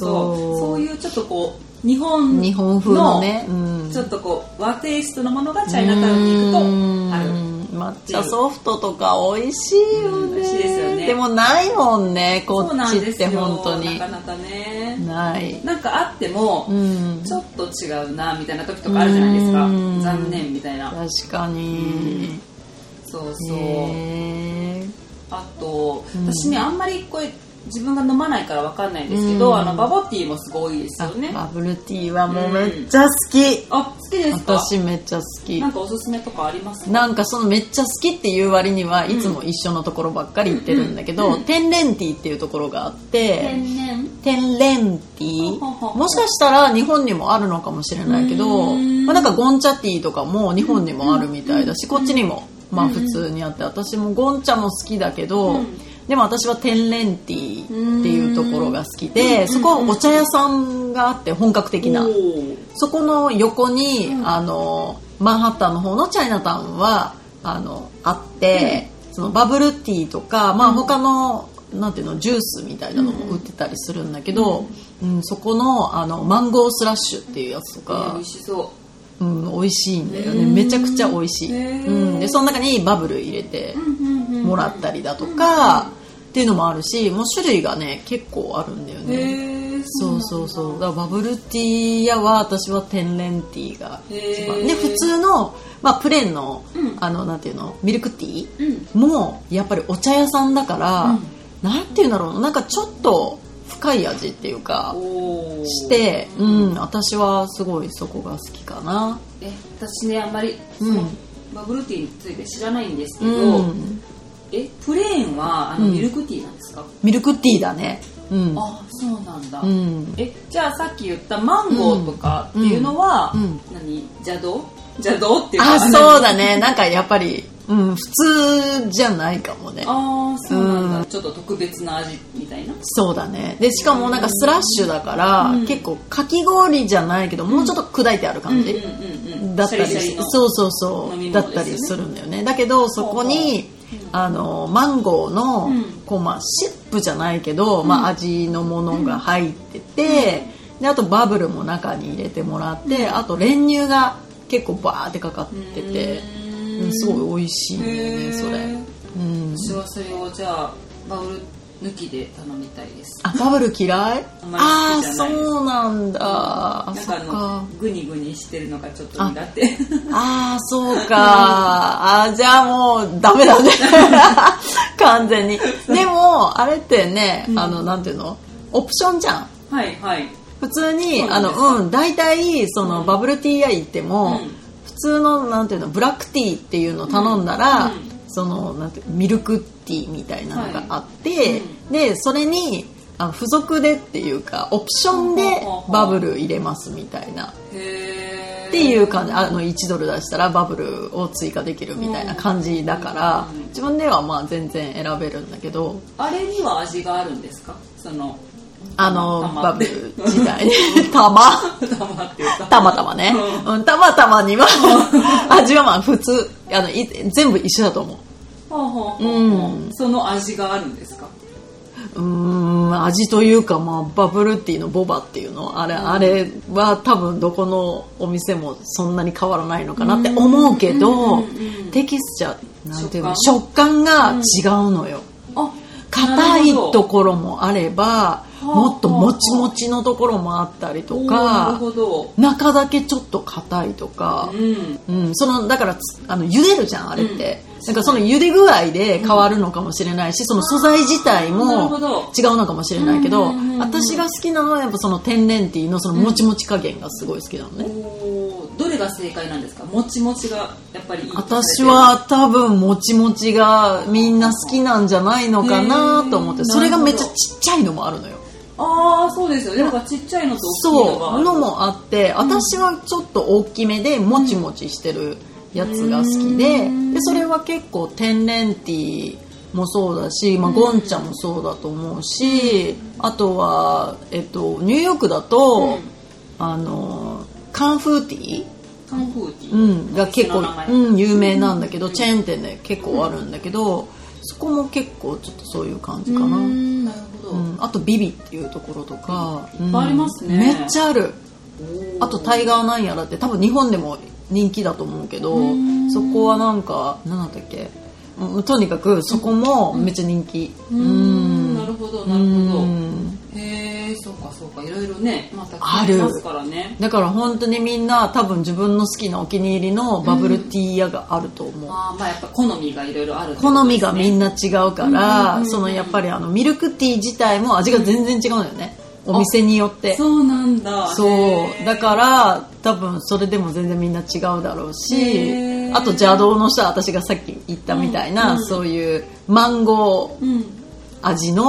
[SPEAKER 1] そうういうちょっとこう日本
[SPEAKER 2] 日本風のね、うん、
[SPEAKER 1] ちょっとこう和テイストのものがチャイナタウンに行くとある
[SPEAKER 2] うん抹茶ソフトとか美味しいよ
[SPEAKER 1] うん
[SPEAKER 2] ね,、
[SPEAKER 1] 美味しいですよね
[SPEAKER 2] でもないもんねこ
[SPEAKER 1] そう
[SPEAKER 2] っ
[SPEAKER 1] な
[SPEAKER 2] ち
[SPEAKER 1] んで
[SPEAKER 2] っ
[SPEAKER 1] す
[SPEAKER 2] て
[SPEAKER 1] よ
[SPEAKER 2] 本当に
[SPEAKER 1] なかなかね
[SPEAKER 2] ない、
[SPEAKER 1] なんかあっても
[SPEAKER 2] うん、
[SPEAKER 1] ちょっと違うなみたいな時とかあるじゃないですか
[SPEAKER 2] うん
[SPEAKER 1] 残念みたいな
[SPEAKER 2] 確かに
[SPEAKER 1] そう
[SPEAKER 2] そ
[SPEAKER 1] そうあと
[SPEAKER 2] うん
[SPEAKER 1] 私ねあんまりこれ自分が飲まないからわかんないんですけど
[SPEAKER 2] うん
[SPEAKER 1] あのバボティーもすごいですよね
[SPEAKER 2] バブルティーはもうめっちゃ好き、
[SPEAKER 1] あ好きですか
[SPEAKER 2] 私めっちゃ好き
[SPEAKER 1] なんかおすすめとかあります
[SPEAKER 2] なんかそのめっちゃ好きっていう割にはいつも一緒のところばっかり行ってるんだけど、天然ティーっていうところがあって
[SPEAKER 1] 天然
[SPEAKER 2] 天然ティー
[SPEAKER 1] ほうほうほう
[SPEAKER 2] もしかしたら日本にもあるのかもしれないけど、
[SPEAKER 1] うん
[SPEAKER 2] まあ、なんかゴンチャティーとかも日本にもあるみたいだしこっちにもまあ普通にあって私もゴンチャも好きだけど、
[SPEAKER 1] うん
[SPEAKER 2] でも私は天然ティーっていうところが好きで、そこはお茶屋さんがあって本格的な。
[SPEAKER 1] おー
[SPEAKER 2] そこの横に、あのマンハッタンの方のチャイナタウンはあのあって、そのバブルティーとか、まあ、他の、なんていうのジュースみたいなのも売ってたりするんだけど、うんそこのあのマンゴースラッシュっていうやつと
[SPEAKER 1] えー
[SPEAKER 2] か
[SPEAKER 1] 美味、しそう
[SPEAKER 2] うん、美味しいんだよねめちゃくちゃ美味しい、
[SPEAKER 1] へー
[SPEAKER 2] うん、でその中にバブル入れてもらったりだとか、っていうのもあるしもう種類がね結構あるんだよね。
[SPEAKER 1] へえ
[SPEAKER 2] そうそうそうだからバブルティー屋は私は天然ティーが一
[SPEAKER 1] へ
[SPEAKER 2] 番
[SPEAKER 1] ー
[SPEAKER 2] で普通の、まあ、プレーンの,、
[SPEAKER 1] うん
[SPEAKER 2] あのなんていうのミルクティー
[SPEAKER 1] うん
[SPEAKER 2] もやっぱりお茶屋さんだから、
[SPEAKER 1] うん
[SPEAKER 2] なんていうんだろうなんかちょっと深い味っていうか
[SPEAKER 1] おー
[SPEAKER 2] して、うん、私はすごいそこが好きかな
[SPEAKER 1] え私ねあんまりそ
[SPEAKER 2] うん
[SPEAKER 1] の、バブルティーについて知らないんですけど、
[SPEAKER 2] うん
[SPEAKER 1] えプレーンはあの
[SPEAKER 2] うん
[SPEAKER 1] ミルクティーなんですか、
[SPEAKER 2] ミルクティーだねうん
[SPEAKER 1] あそうなんだ、
[SPEAKER 2] うん
[SPEAKER 1] えじゃあさっき言ったマンゴーとかっていうのは、
[SPEAKER 2] うんうん
[SPEAKER 1] 何邪道邪道っていうか
[SPEAKER 2] あそうだねなんかやっぱり、うん、普通じゃないかもね
[SPEAKER 1] あーそうなんだ、ちょっと特別な味みたいな
[SPEAKER 2] そうだねでしかもなんかスラッシュだから、
[SPEAKER 1] うん
[SPEAKER 2] 結構かき氷じゃないけど、もうちょっと砕いてある感じ、
[SPEAKER 1] うんうんうん
[SPEAKER 2] だったり
[SPEAKER 1] シャリシャリの
[SPEAKER 2] そうそうそ
[SPEAKER 1] 飲
[SPEAKER 2] う、
[SPEAKER 1] み
[SPEAKER 2] だ
[SPEAKER 1] 物です
[SPEAKER 2] った
[SPEAKER 1] よね
[SPEAKER 2] りするんだよねだけどそこにあのマンゴーの、
[SPEAKER 1] うん
[SPEAKER 2] こうまあシップじゃないけど、まあ、味のものが入ってて、であとバブルも中に入れてもらって、あと練乳が結構バーってかかってて、
[SPEAKER 1] う
[SPEAKER 2] うんす
[SPEAKER 1] い
[SPEAKER 2] ごい美味しいんだよねそれ、うん、
[SPEAKER 1] 私はそれをじゃあバブル抜きで頼みたいです
[SPEAKER 2] あバブル嫌い
[SPEAKER 1] あんま
[SPEAKER 2] あ
[SPEAKER 1] り好きじゃない
[SPEAKER 2] あ
[SPEAKER 1] です
[SPEAKER 2] そうなんだあ
[SPEAKER 1] なん
[SPEAKER 2] そ
[SPEAKER 1] か
[SPEAKER 2] っ
[SPEAKER 1] あ
[SPEAKER 2] か
[SPEAKER 1] のグニグニしてるのがちょっと苦手
[SPEAKER 2] ああそうかあーじゃあもうダメだね 完全にでもあれってねあのなんていうのオプションじゃん
[SPEAKER 1] はいはい
[SPEAKER 2] 普通に
[SPEAKER 1] そうな
[SPEAKER 2] あ
[SPEAKER 1] んですか
[SPEAKER 2] のうん大体そのバブルティー屋行っても
[SPEAKER 1] うん
[SPEAKER 2] 普通のなんていうのブラックティーっていうのを頼んだら、
[SPEAKER 1] うん
[SPEAKER 2] そのなんてミルクティーみたいなのがあって、
[SPEAKER 1] いう
[SPEAKER 2] でそれにあ付属でっていうかオプションで
[SPEAKER 1] ほうほうほう
[SPEAKER 2] バブル入れますみたいな
[SPEAKER 1] へ
[SPEAKER 2] っていう感じあの1ドル出したらバブルを追加できるみたいな感じだから、自分ではまあ全然選べるんだけど
[SPEAKER 1] あれには味があるんですかその
[SPEAKER 2] あの
[SPEAKER 1] 玉
[SPEAKER 2] バブル自体ね たま
[SPEAKER 1] 玉っていうか
[SPEAKER 2] たまたまね、うん、たまたまには味はまあ普通あのい全部一緒だと思う
[SPEAKER 1] ほうほうほう
[SPEAKER 2] うん
[SPEAKER 1] その味があるんですか
[SPEAKER 2] うーん味というか、まあ、バブルティーのボバっていうのあれ,、あれは多分どこのお店もそんなに変わらないのかなって思うけど、テキスチャーなんていうの食感が違うのよ
[SPEAKER 1] あ
[SPEAKER 2] 硬いところもあればもっともちもちのところもあったりと
[SPEAKER 1] なる
[SPEAKER 2] か
[SPEAKER 1] ほど
[SPEAKER 2] 中だけちょっと硬いとか、
[SPEAKER 1] うん
[SPEAKER 2] うん、そのだからつあの茹でるじゃんあれって、なんかその茹で具合で変わるのかもしれないし、その素材自体
[SPEAKER 1] あーなる
[SPEAKER 2] も
[SPEAKER 1] ほど
[SPEAKER 2] 違うのかもしれないけど、
[SPEAKER 1] うんうんうんうん
[SPEAKER 2] 私が好きなのはやっぱその天然ティーのそのもちもち加減がすごい好きなのね、
[SPEAKER 1] おーどれが正解なんですかもちもちがやっぱりいいとされて
[SPEAKER 2] 私は多分もちもちがみんな好きなんじゃないのかなと思っ
[SPEAKER 1] へ
[SPEAKER 2] て
[SPEAKER 1] ー
[SPEAKER 2] それがめっちゃ
[SPEAKER 1] な
[SPEAKER 2] ち
[SPEAKER 1] るほ
[SPEAKER 2] っちゃいのもあるのよ
[SPEAKER 1] ああそうですよねなんかちっちゃいのと大きいのが
[SPEAKER 2] そうのもあって私はちょっと大きめでもちもちしてるやつが好きで,、でそれは結構天然ティーもそうだし、まあ、ゴンチャもそうだと思うし、あとは、えっと、ニューヨークだと、あのカンフーティー、
[SPEAKER 1] カンフーティー
[SPEAKER 2] うん、が結構
[SPEAKER 1] お店の名、前
[SPEAKER 2] うん、有名なんだけどチェーン店で結構あるんだけど、そこも結構ちょっとそういう感じかな。
[SPEAKER 1] うんなるほど、
[SPEAKER 2] うん、あとビビっていうところとか、うん
[SPEAKER 1] いっぱいありますね
[SPEAKER 2] めっちゃあるあとタイガーなんやらって多分日本でも人気だと思うけどそこはなんか何だったっけうんとにかくそこもめっちゃ人気うん
[SPEAKER 1] うんなるほどなるほ
[SPEAKER 2] うん
[SPEAKER 1] どへえそうかそうかいろいろねまた
[SPEAKER 2] あ
[SPEAKER 1] あ
[SPEAKER 2] る
[SPEAKER 1] りますからね
[SPEAKER 2] だから本当にみんな多分自分の好きなお気に入りのバブルティー屋があると思う
[SPEAKER 1] あーまあやっぱ好みがいろいろあるってこと
[SPEAKER 2] 好み
[SPEAKER 1] です
[SPEAKER 2] が
[SPEAKER 1] ね
[SPEAKER 2] みんな違うからそのやっぱりあのミルクティー自体も味が全然違うのよねお店によって
[SPEAKER 1] そうなんだ
[SPEAKER 2] そうだ
[SPEAKER 1] か
[SPEAKER 2] から多分それでも全然みんな違うだろう
[SPEAKER 1] へ
[SPEAKER 2] し
[SPEAKER 1] ー
[SPEAKER 2] あと邪道の人は私がさっき言ったみたいな、そういうマンゴー
[SPEAKER 1] うん
[SPEAKER 2] 味の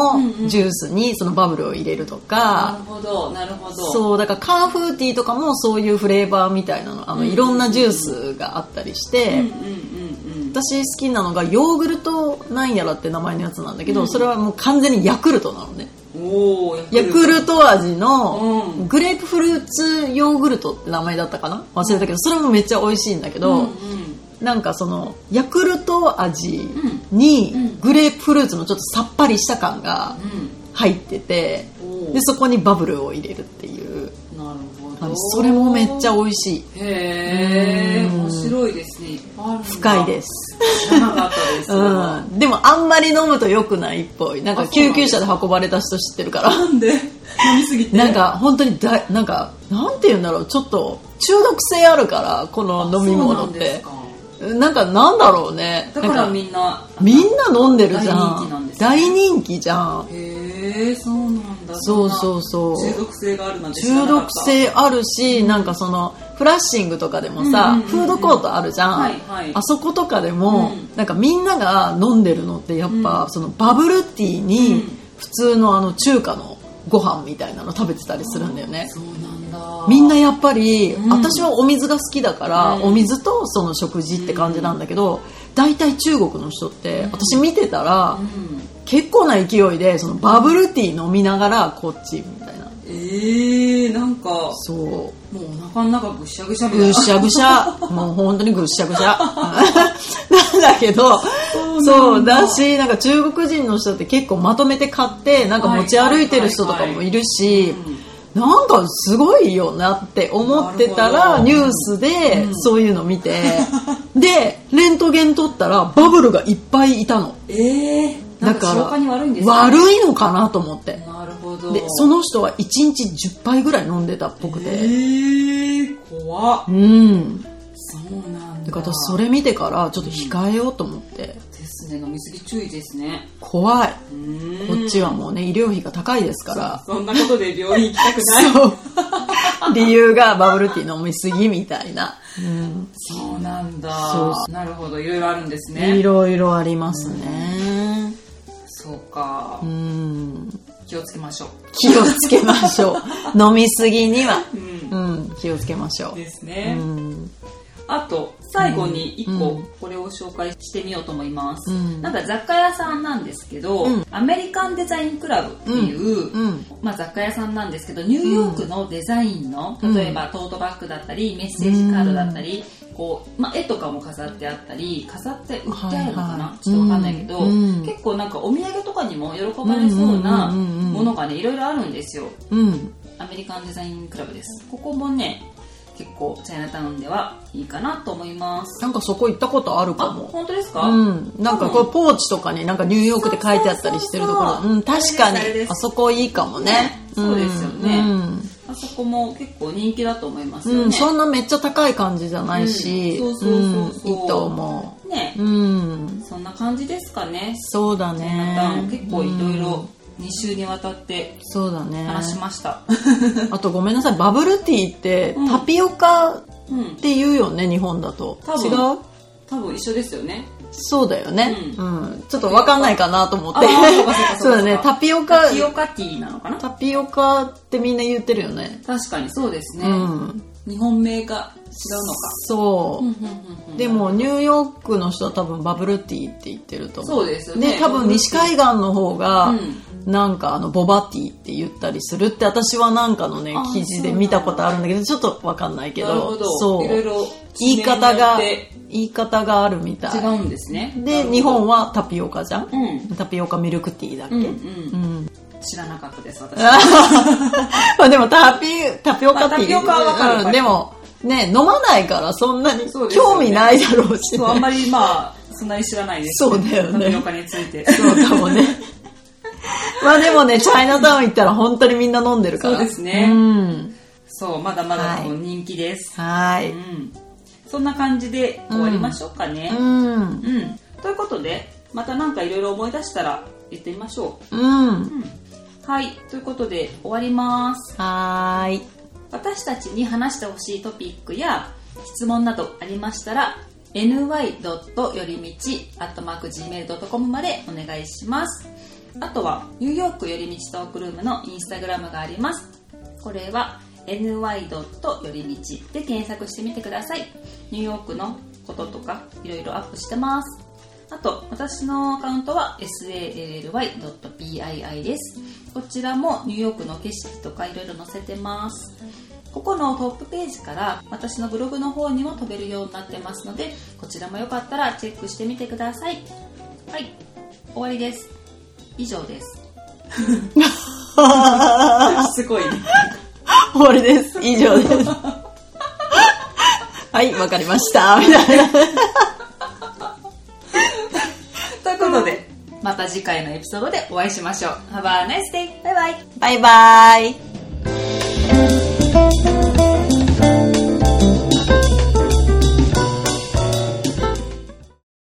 [SPEAKER 2] ジュースにそのバブルを入れると
[SPEAKER 1] な
[SPEAKER 2] か
[SPEAKER 1] る、ほどなるほど
[SPEAKER 2] そうだからカンフーティーとかもそういうフレーバーみたいなのあの、いろんなジュースがあったりして、
[SPEAKER 1] うんうんうん
[SPEAKER 2] 私好きなのがヨーグルトなんやらって名前のやつなんだけど、それはもう完全にヤクルトなのね
[SPEAKER 1] おお
[SPEAKER 2] ヤクルト味の
[SPEAKER 1] うん
[SPEAKER 2] グレープフルーツヨーグルトって名前だったかな忘れたけどそれもめっちゃ美味しいんだけ
[SPEAKER 1] うんう
[SPEAKER 2] ど
[SPEAKER 1] ん
[SPEAKER 2] なんかそのヤクルト味にグレープフルーツのちょっとさっぱりした感が入ってて
[SPEAKER 1] うんおー
[SPEAKER 2] でそこにバブルを入れるっていう
[SPEAKER 1] なるほ
[SPEAKER 2] 感
[SPEAKER 1] ど
[SPEAKER 2] じそれもめっちゃ美味しい
[SPEAKER 1] へえ
[SPEAKER 2] うん
[SPEAKER 1] 面白いですねいっぱいあるんだ
[SPEAKER 2] 深いです
[SPEAKER 1] 知らなかったですな
[SPEAKER 2] うん、でもあんまり飲むと良くないっぽいなんか
[SPEAKER 1] あそうな
[SPEAKER 2] 救
[SPEAKER 1] んで
[SPEAKER 2] 急
[SPEAKER 1] す
[SPEAKER 2] 車で運ばれた人知ってるから
[SPEAKER 1] んで飲みすぎて
[SPEAKER 2] なんか本当にだなんかなんて言うんだろうちょっと中毒性あるからこの飲み
[SPEAKER 1] そうな
[SPEAKER 2] 物っ
[SPEAKER 1] んで
[SPEAKER 2] て
[SPEAKER 1] すか
[SPEAKER 2] なんかなんだろうね
[SPEAKER 1] だか
[SPEAKER 2] な
[SPEAKER 1] ら
[SPEAKER 2] ん
[SPEAKER 1] みんな
[SPEAKER 2] みんな飲んでるじ
[SPEAKER 1] 大
[SPEAKER 2] ゃ
[SPEAKER 1] 人気なん
[SPEAKER 2] ん
[SPEAKER 1] ですね
[SPEAKER 2] 大人気じゃ
[SPEAKER 1] へ
[SPEAKER 2] ん
[SPEAKER 1] えそうなんだ
[SPEAKER 2] そうそうそうん
[SPEAKER 1] な中毒性があるなんて知らな
[SPEAKER 2] 中
[SPEAKER 1] かった
[SPEAKER 2] 毒性あるし、なんかそのフラッシングとかでも
[SPEAKER 1] うん
[SPEAKER 2] さ
[SPEAKER 1] うんうんうん
[SPEAKER 2] フードコートあるじゃん、
[SPEAKER 1] はいはい
[SPEAKER 2] あそことかでも、
[SPEAKER 1] うん
[SPEAKER 2] なんかみんなが飲んでるのってやっぱ、そのバブルティーに普通のあの中華のご飯みたいなの食べてたりするんだよね、
[SPEAKER 1] そうなんだ
[SPEAKER 2] みんなやっぱり、
[SPEAKER 1] ん
[SPEAKER 2] 私はお水が好きだから、
[SPEAKER 1] うん
[SPEAKER 2] お水とその食事って感じなんだけど、大体中国の人って私見てたら、
[SPEAKER 1] うん
[SPEAKER 2] 結構な勢いでそのバブルティー飲みながらこっちみたいな
[SPEAKER 1] えー、なんかも
[SPEAKER 2] そう
[SPEAKER 1] うお腹の中ぐしゃぐしゃみたいな
[SPEAKER 2] ぐっしゃぐしゃもう本当にぐっしゃぐしゃなんだけどそうだしなんか中国人の人って結構まとめて買ってなんか持ち歩いてる人とかもいるし、なんかすごいよなって思って
[SPEAKER 1] な
[SPEAKER 2] た
[SPEAKER 1] るほ
[SPEAKER 2] ら
[SPEAKER 1] ど
[SPEAKER 2] ニュースでそういうの見 て、でレントゲン撮ったらバブルがいっぱいいたの
[SPEAKER 1] えー、な
[SPEAKER 2] だ
[SPEAKER 1] んか
[SPEAKER 2] から
[SPEAKER 1] 消化に悪いんですね
[SPEAKER 2] 悪いのかなと思って
[SPEAKER 1] なるほど
[SPEAKER 2] でその人は1日10杯ぐらい飲んでたっぽく
[SPEAKER 1] え
[SPEAKER 2] て、
[SPEAKER 1] ー、怖っ
[SPEAKER 2] うん
[SPEAKER 1] そうなんだ
[SPEAKER 2] だから私それ見てからちょっと控えようと思って、
[SPEAKER 1] ですね飲みすぎ注意ですね
[SPEAKER 2] 怖いう
[SPEAKER 1] ーん
[SPEAKER 2] こっちはもうね医療費が高いですから
[SPEAKER 1] そんなことで病院行きたくない
[SPEAKER 2] そう理由がバブルティー飲みすぎみたいな、うん
[SPEAKER 1] そうなんだ
[SPEAKER 2] そう
[SPEAKER 1] なるほどいろいろあるんです
[SPEAKER 2] い
[SPEAKER 1] ね
[SPEAKER 2] ろいろありますね
[SPEAKER 1] そうか
[SPEAKER 2] うん
[SPEAKER 1] 気をつけましょう
[SPEAKER 2] 気をつけましょう飲みすぎには
[SPEAKER 1] うん
[SPEAKER 2] うん、気をつけましょ
[SPEAKER 1] です
[SPEAKER 2] う。
[SPEAKER 1] ね、
[SPEAKER 2] うん
[SPEAKER 1] あと最後に一
[SPEAKER 2] う
[SPEAKER 1] 個
[SPEAKER 2] ん
[SPEAKER 1] これを紹介してみようと思います、
[SPEAKER 2] うん
[SPEAKER 1] なんか雑貨屋さんなんですけど、
[SPEAKER 2] うん
[SPEAKER 1] アメリカンデザインクラブっていう、
[SPEAKER 2] うん
[SPEAKER 1] まあ、雑貨屋さんなんですけどニューヨークのデザインの、
[SPEAKER 2] うん
[SPEAKER 1] 例えばトートバッグだったりメッセージカードだったり、こうまあ、絵とかも飾ってあったり飾って売ってあるのかな、
[SPEAKER 2] はいはい
[SPEAKER 1] ちょっとわかんないけど、
[SPEAKER 2] うん
[SPEAKER 1] 結構なんかお土産とかにも喜ばれそうな
[SPEAKER 2] うんうんうんうん
[SPEAKER 1] ものがねいろいろあるんですよ
[SPEAKER 2] うん
[SPEAKER 1] アメリカンデザインクラブですここもね結構チャイナタウンではいいかなと思います
[SPEAKER 2] なんかそこ行ったことあるか
[SPEAKER 1] あ
[SPEAKER 2] も。
[SPEAKER 1] 本当ですか、
[SPEAKER 2] うん、なんかこうポーチとかになんかニューヨークで書いてあったりしてるとこ
[SPEAKER 1] そう
[SPEAKER 2] ろ
[SPEAKER 1] そうそう
[SPEAKER 2] うん確かに
[SPEAKER 1] あれです
[SPEAKER 2] あそこいいかもね
[SPEAKER 1] ねそうですよね
[SPEAKER 2] うん
[SPEAKER 1] あそこも結構人気だと思います
[SPEAKER 2] うん
[SPEAKER 1] よ
[SPEAKER 2] うん
[SPEAKER 1] ね、
[SPEAKER 2] そんなめっちゃ高い感じじゃないし
[SPEAKER 1] うんそうそうそうそう
[SPEAKER 2] うんいいと思
[SPEAKER 1] ね
[SPEAKER 2] ううん
[SPEAKER 1] そんな感じですかね
[SPEAKER 2] そうだ
[SPEAKER 1] チャイナタウ
[SPEAKER 2] ね
[SPEAKER 1] ン結構いろい
[SPEAKER 2] うん
[SPEAKER 1] ろ2週にわたって
[SPEAKER 2] そうだね
[SPEAKER 1] 話しま した、
[SPEAKER 2] あとごめんなさいバブルティーって
[SPEAKER 1] うん
[SPEAKER 2] タピオカっ
[SPEAKER 1] うん
[SPEAKER 2] て言うよね日本だと
[SPEAKER 1] 多
[SPEAKER 2] 違
[SPEAKER 1] 分
[SPEAKER 2] う
[SPEAKER 1] 多分一緒ですよね
[SPEAKER 2] そうだよね
[SPEAKER 1] う
[SPEAKER 2] うんちょっとわかんないかなと思って
[SPEAKER 1] あーそうかそうかそうか
[SPEAKER 2] そうだねタピオカ
[SPEAKER 1] タピオカティーなのかな
[SPEAKER 2] タピオカってみんな言ってるよね。
[SPEAKER 1] 確かにそうですね、
[SPEAKER 2] うん。
[SPEAKER 1] 日本名が違うのか
[SPEAKER 2] そうう。
[SPEAKER 1] んうんうんうん
[SPEAKER 2] でもニューヨークの人は多分バブルティーって言ってると思う。
[SPEAKER 1] そうですよね
[SPEAKER 2] ね多分西海岸の方が、
[SPEAKER 1] うん
[SPEAKER 2] なんかあのボバティーって言ったりするって私はなんかのね
[SPEAKER 1] あー
[SPEAKER 2] 記事で見たことあるんだけどちょっとわかんないけど
[SPEAKER 1] なるほど
[SPEAKER 2] そう
[SPEAKER 1] いろいろ
[SPEAKER 2] 言い方が
[SPEAKER 1] 地名によって
[SPEAKER 2] 言い方があるみた
[SPEAKER 1] 違
[SPEAKER 2] い。
[SPEAKER 1] うんですね
[SPEAKER 2] で日本はタピオカじゃん、
[SPEAKER 1] うん
[SPEAKER 2] タピオカミルクティーだっけ、
[SPEAKER 1] うんう
[SPEAKER 2] うんん
[SPEAKER 1] 知らなかったです私
[SPEAKER 2] まあでもタピ、タピオカって
[SPEAKER 1] まあタ
[SPEAKER 2] いう。
[SPEAKER 1] ピオカはわかるわか
[SPEAKER 2] うん
[SPEAKER 1] る
[SPEAKER 2] でも、ね、飲まないからそんなに
[SPEAKER 1] そうですよね
[SPEAKER 2] 興味ないだろうし、
[SPEAKER 1] そうあんまりまあそんなに知らないです
[SPEAKER 2] そうだよね
[SPEAKER 1] タピオカについて
[SPEAKER 2] そうかもね。 まあでもね、チャイナタウン行ったら本当にみんな飲んでるから。
[SPEAKER 1] そうですね
[SPEAKER 2] うん。
[SPEAKER 1] そうまだまだ
[SPEAKER 2] はい
[SPEAKER 1] こう人気です、
[SPEAKER 2] は
[SPEAKER 1] う
[SPEAKER 2] い。
[SPEAKER 1] ん、そんな感じで終わりましょうかね
[SPEAKER 2] うん。
[SPEAKER 1] うん、ということでまたなんかいろいろ思い出したら言ってみましょ
[SPEAKER 2] うん。
[SPEAKER 1] う、うん、はいということで終わります
[SPEAKER 2] はーい。
[SPEAKER 1] 私たちに話してほしいトピックや質問などありましたら ny. よりみち .gmail.com までお願いしますあとはニューヨークよりみちトークルームのインスタグラムがありますこれは ny. よりみちで検索してみてくださいニューヨークのこととかいろいろアップしてますあと、私のアカウントは sally.pii です。こちらもニューヨークの景色とかいろいろ載せてます。ここのトップページから私のブログの方にも飛べるようになってますので、こちらもよかったらチェックしてみてください。はい、終わりです。以上です。しつこいね。
[SPEAKER 2] 終わりです。以上です。はい、わかりました。みたいな。
[SPEAKER 1] ということで、また次回のエピソードでお会いしましょう。Have a nice day! バイバイ
[SPEAKER 2] バイバイ。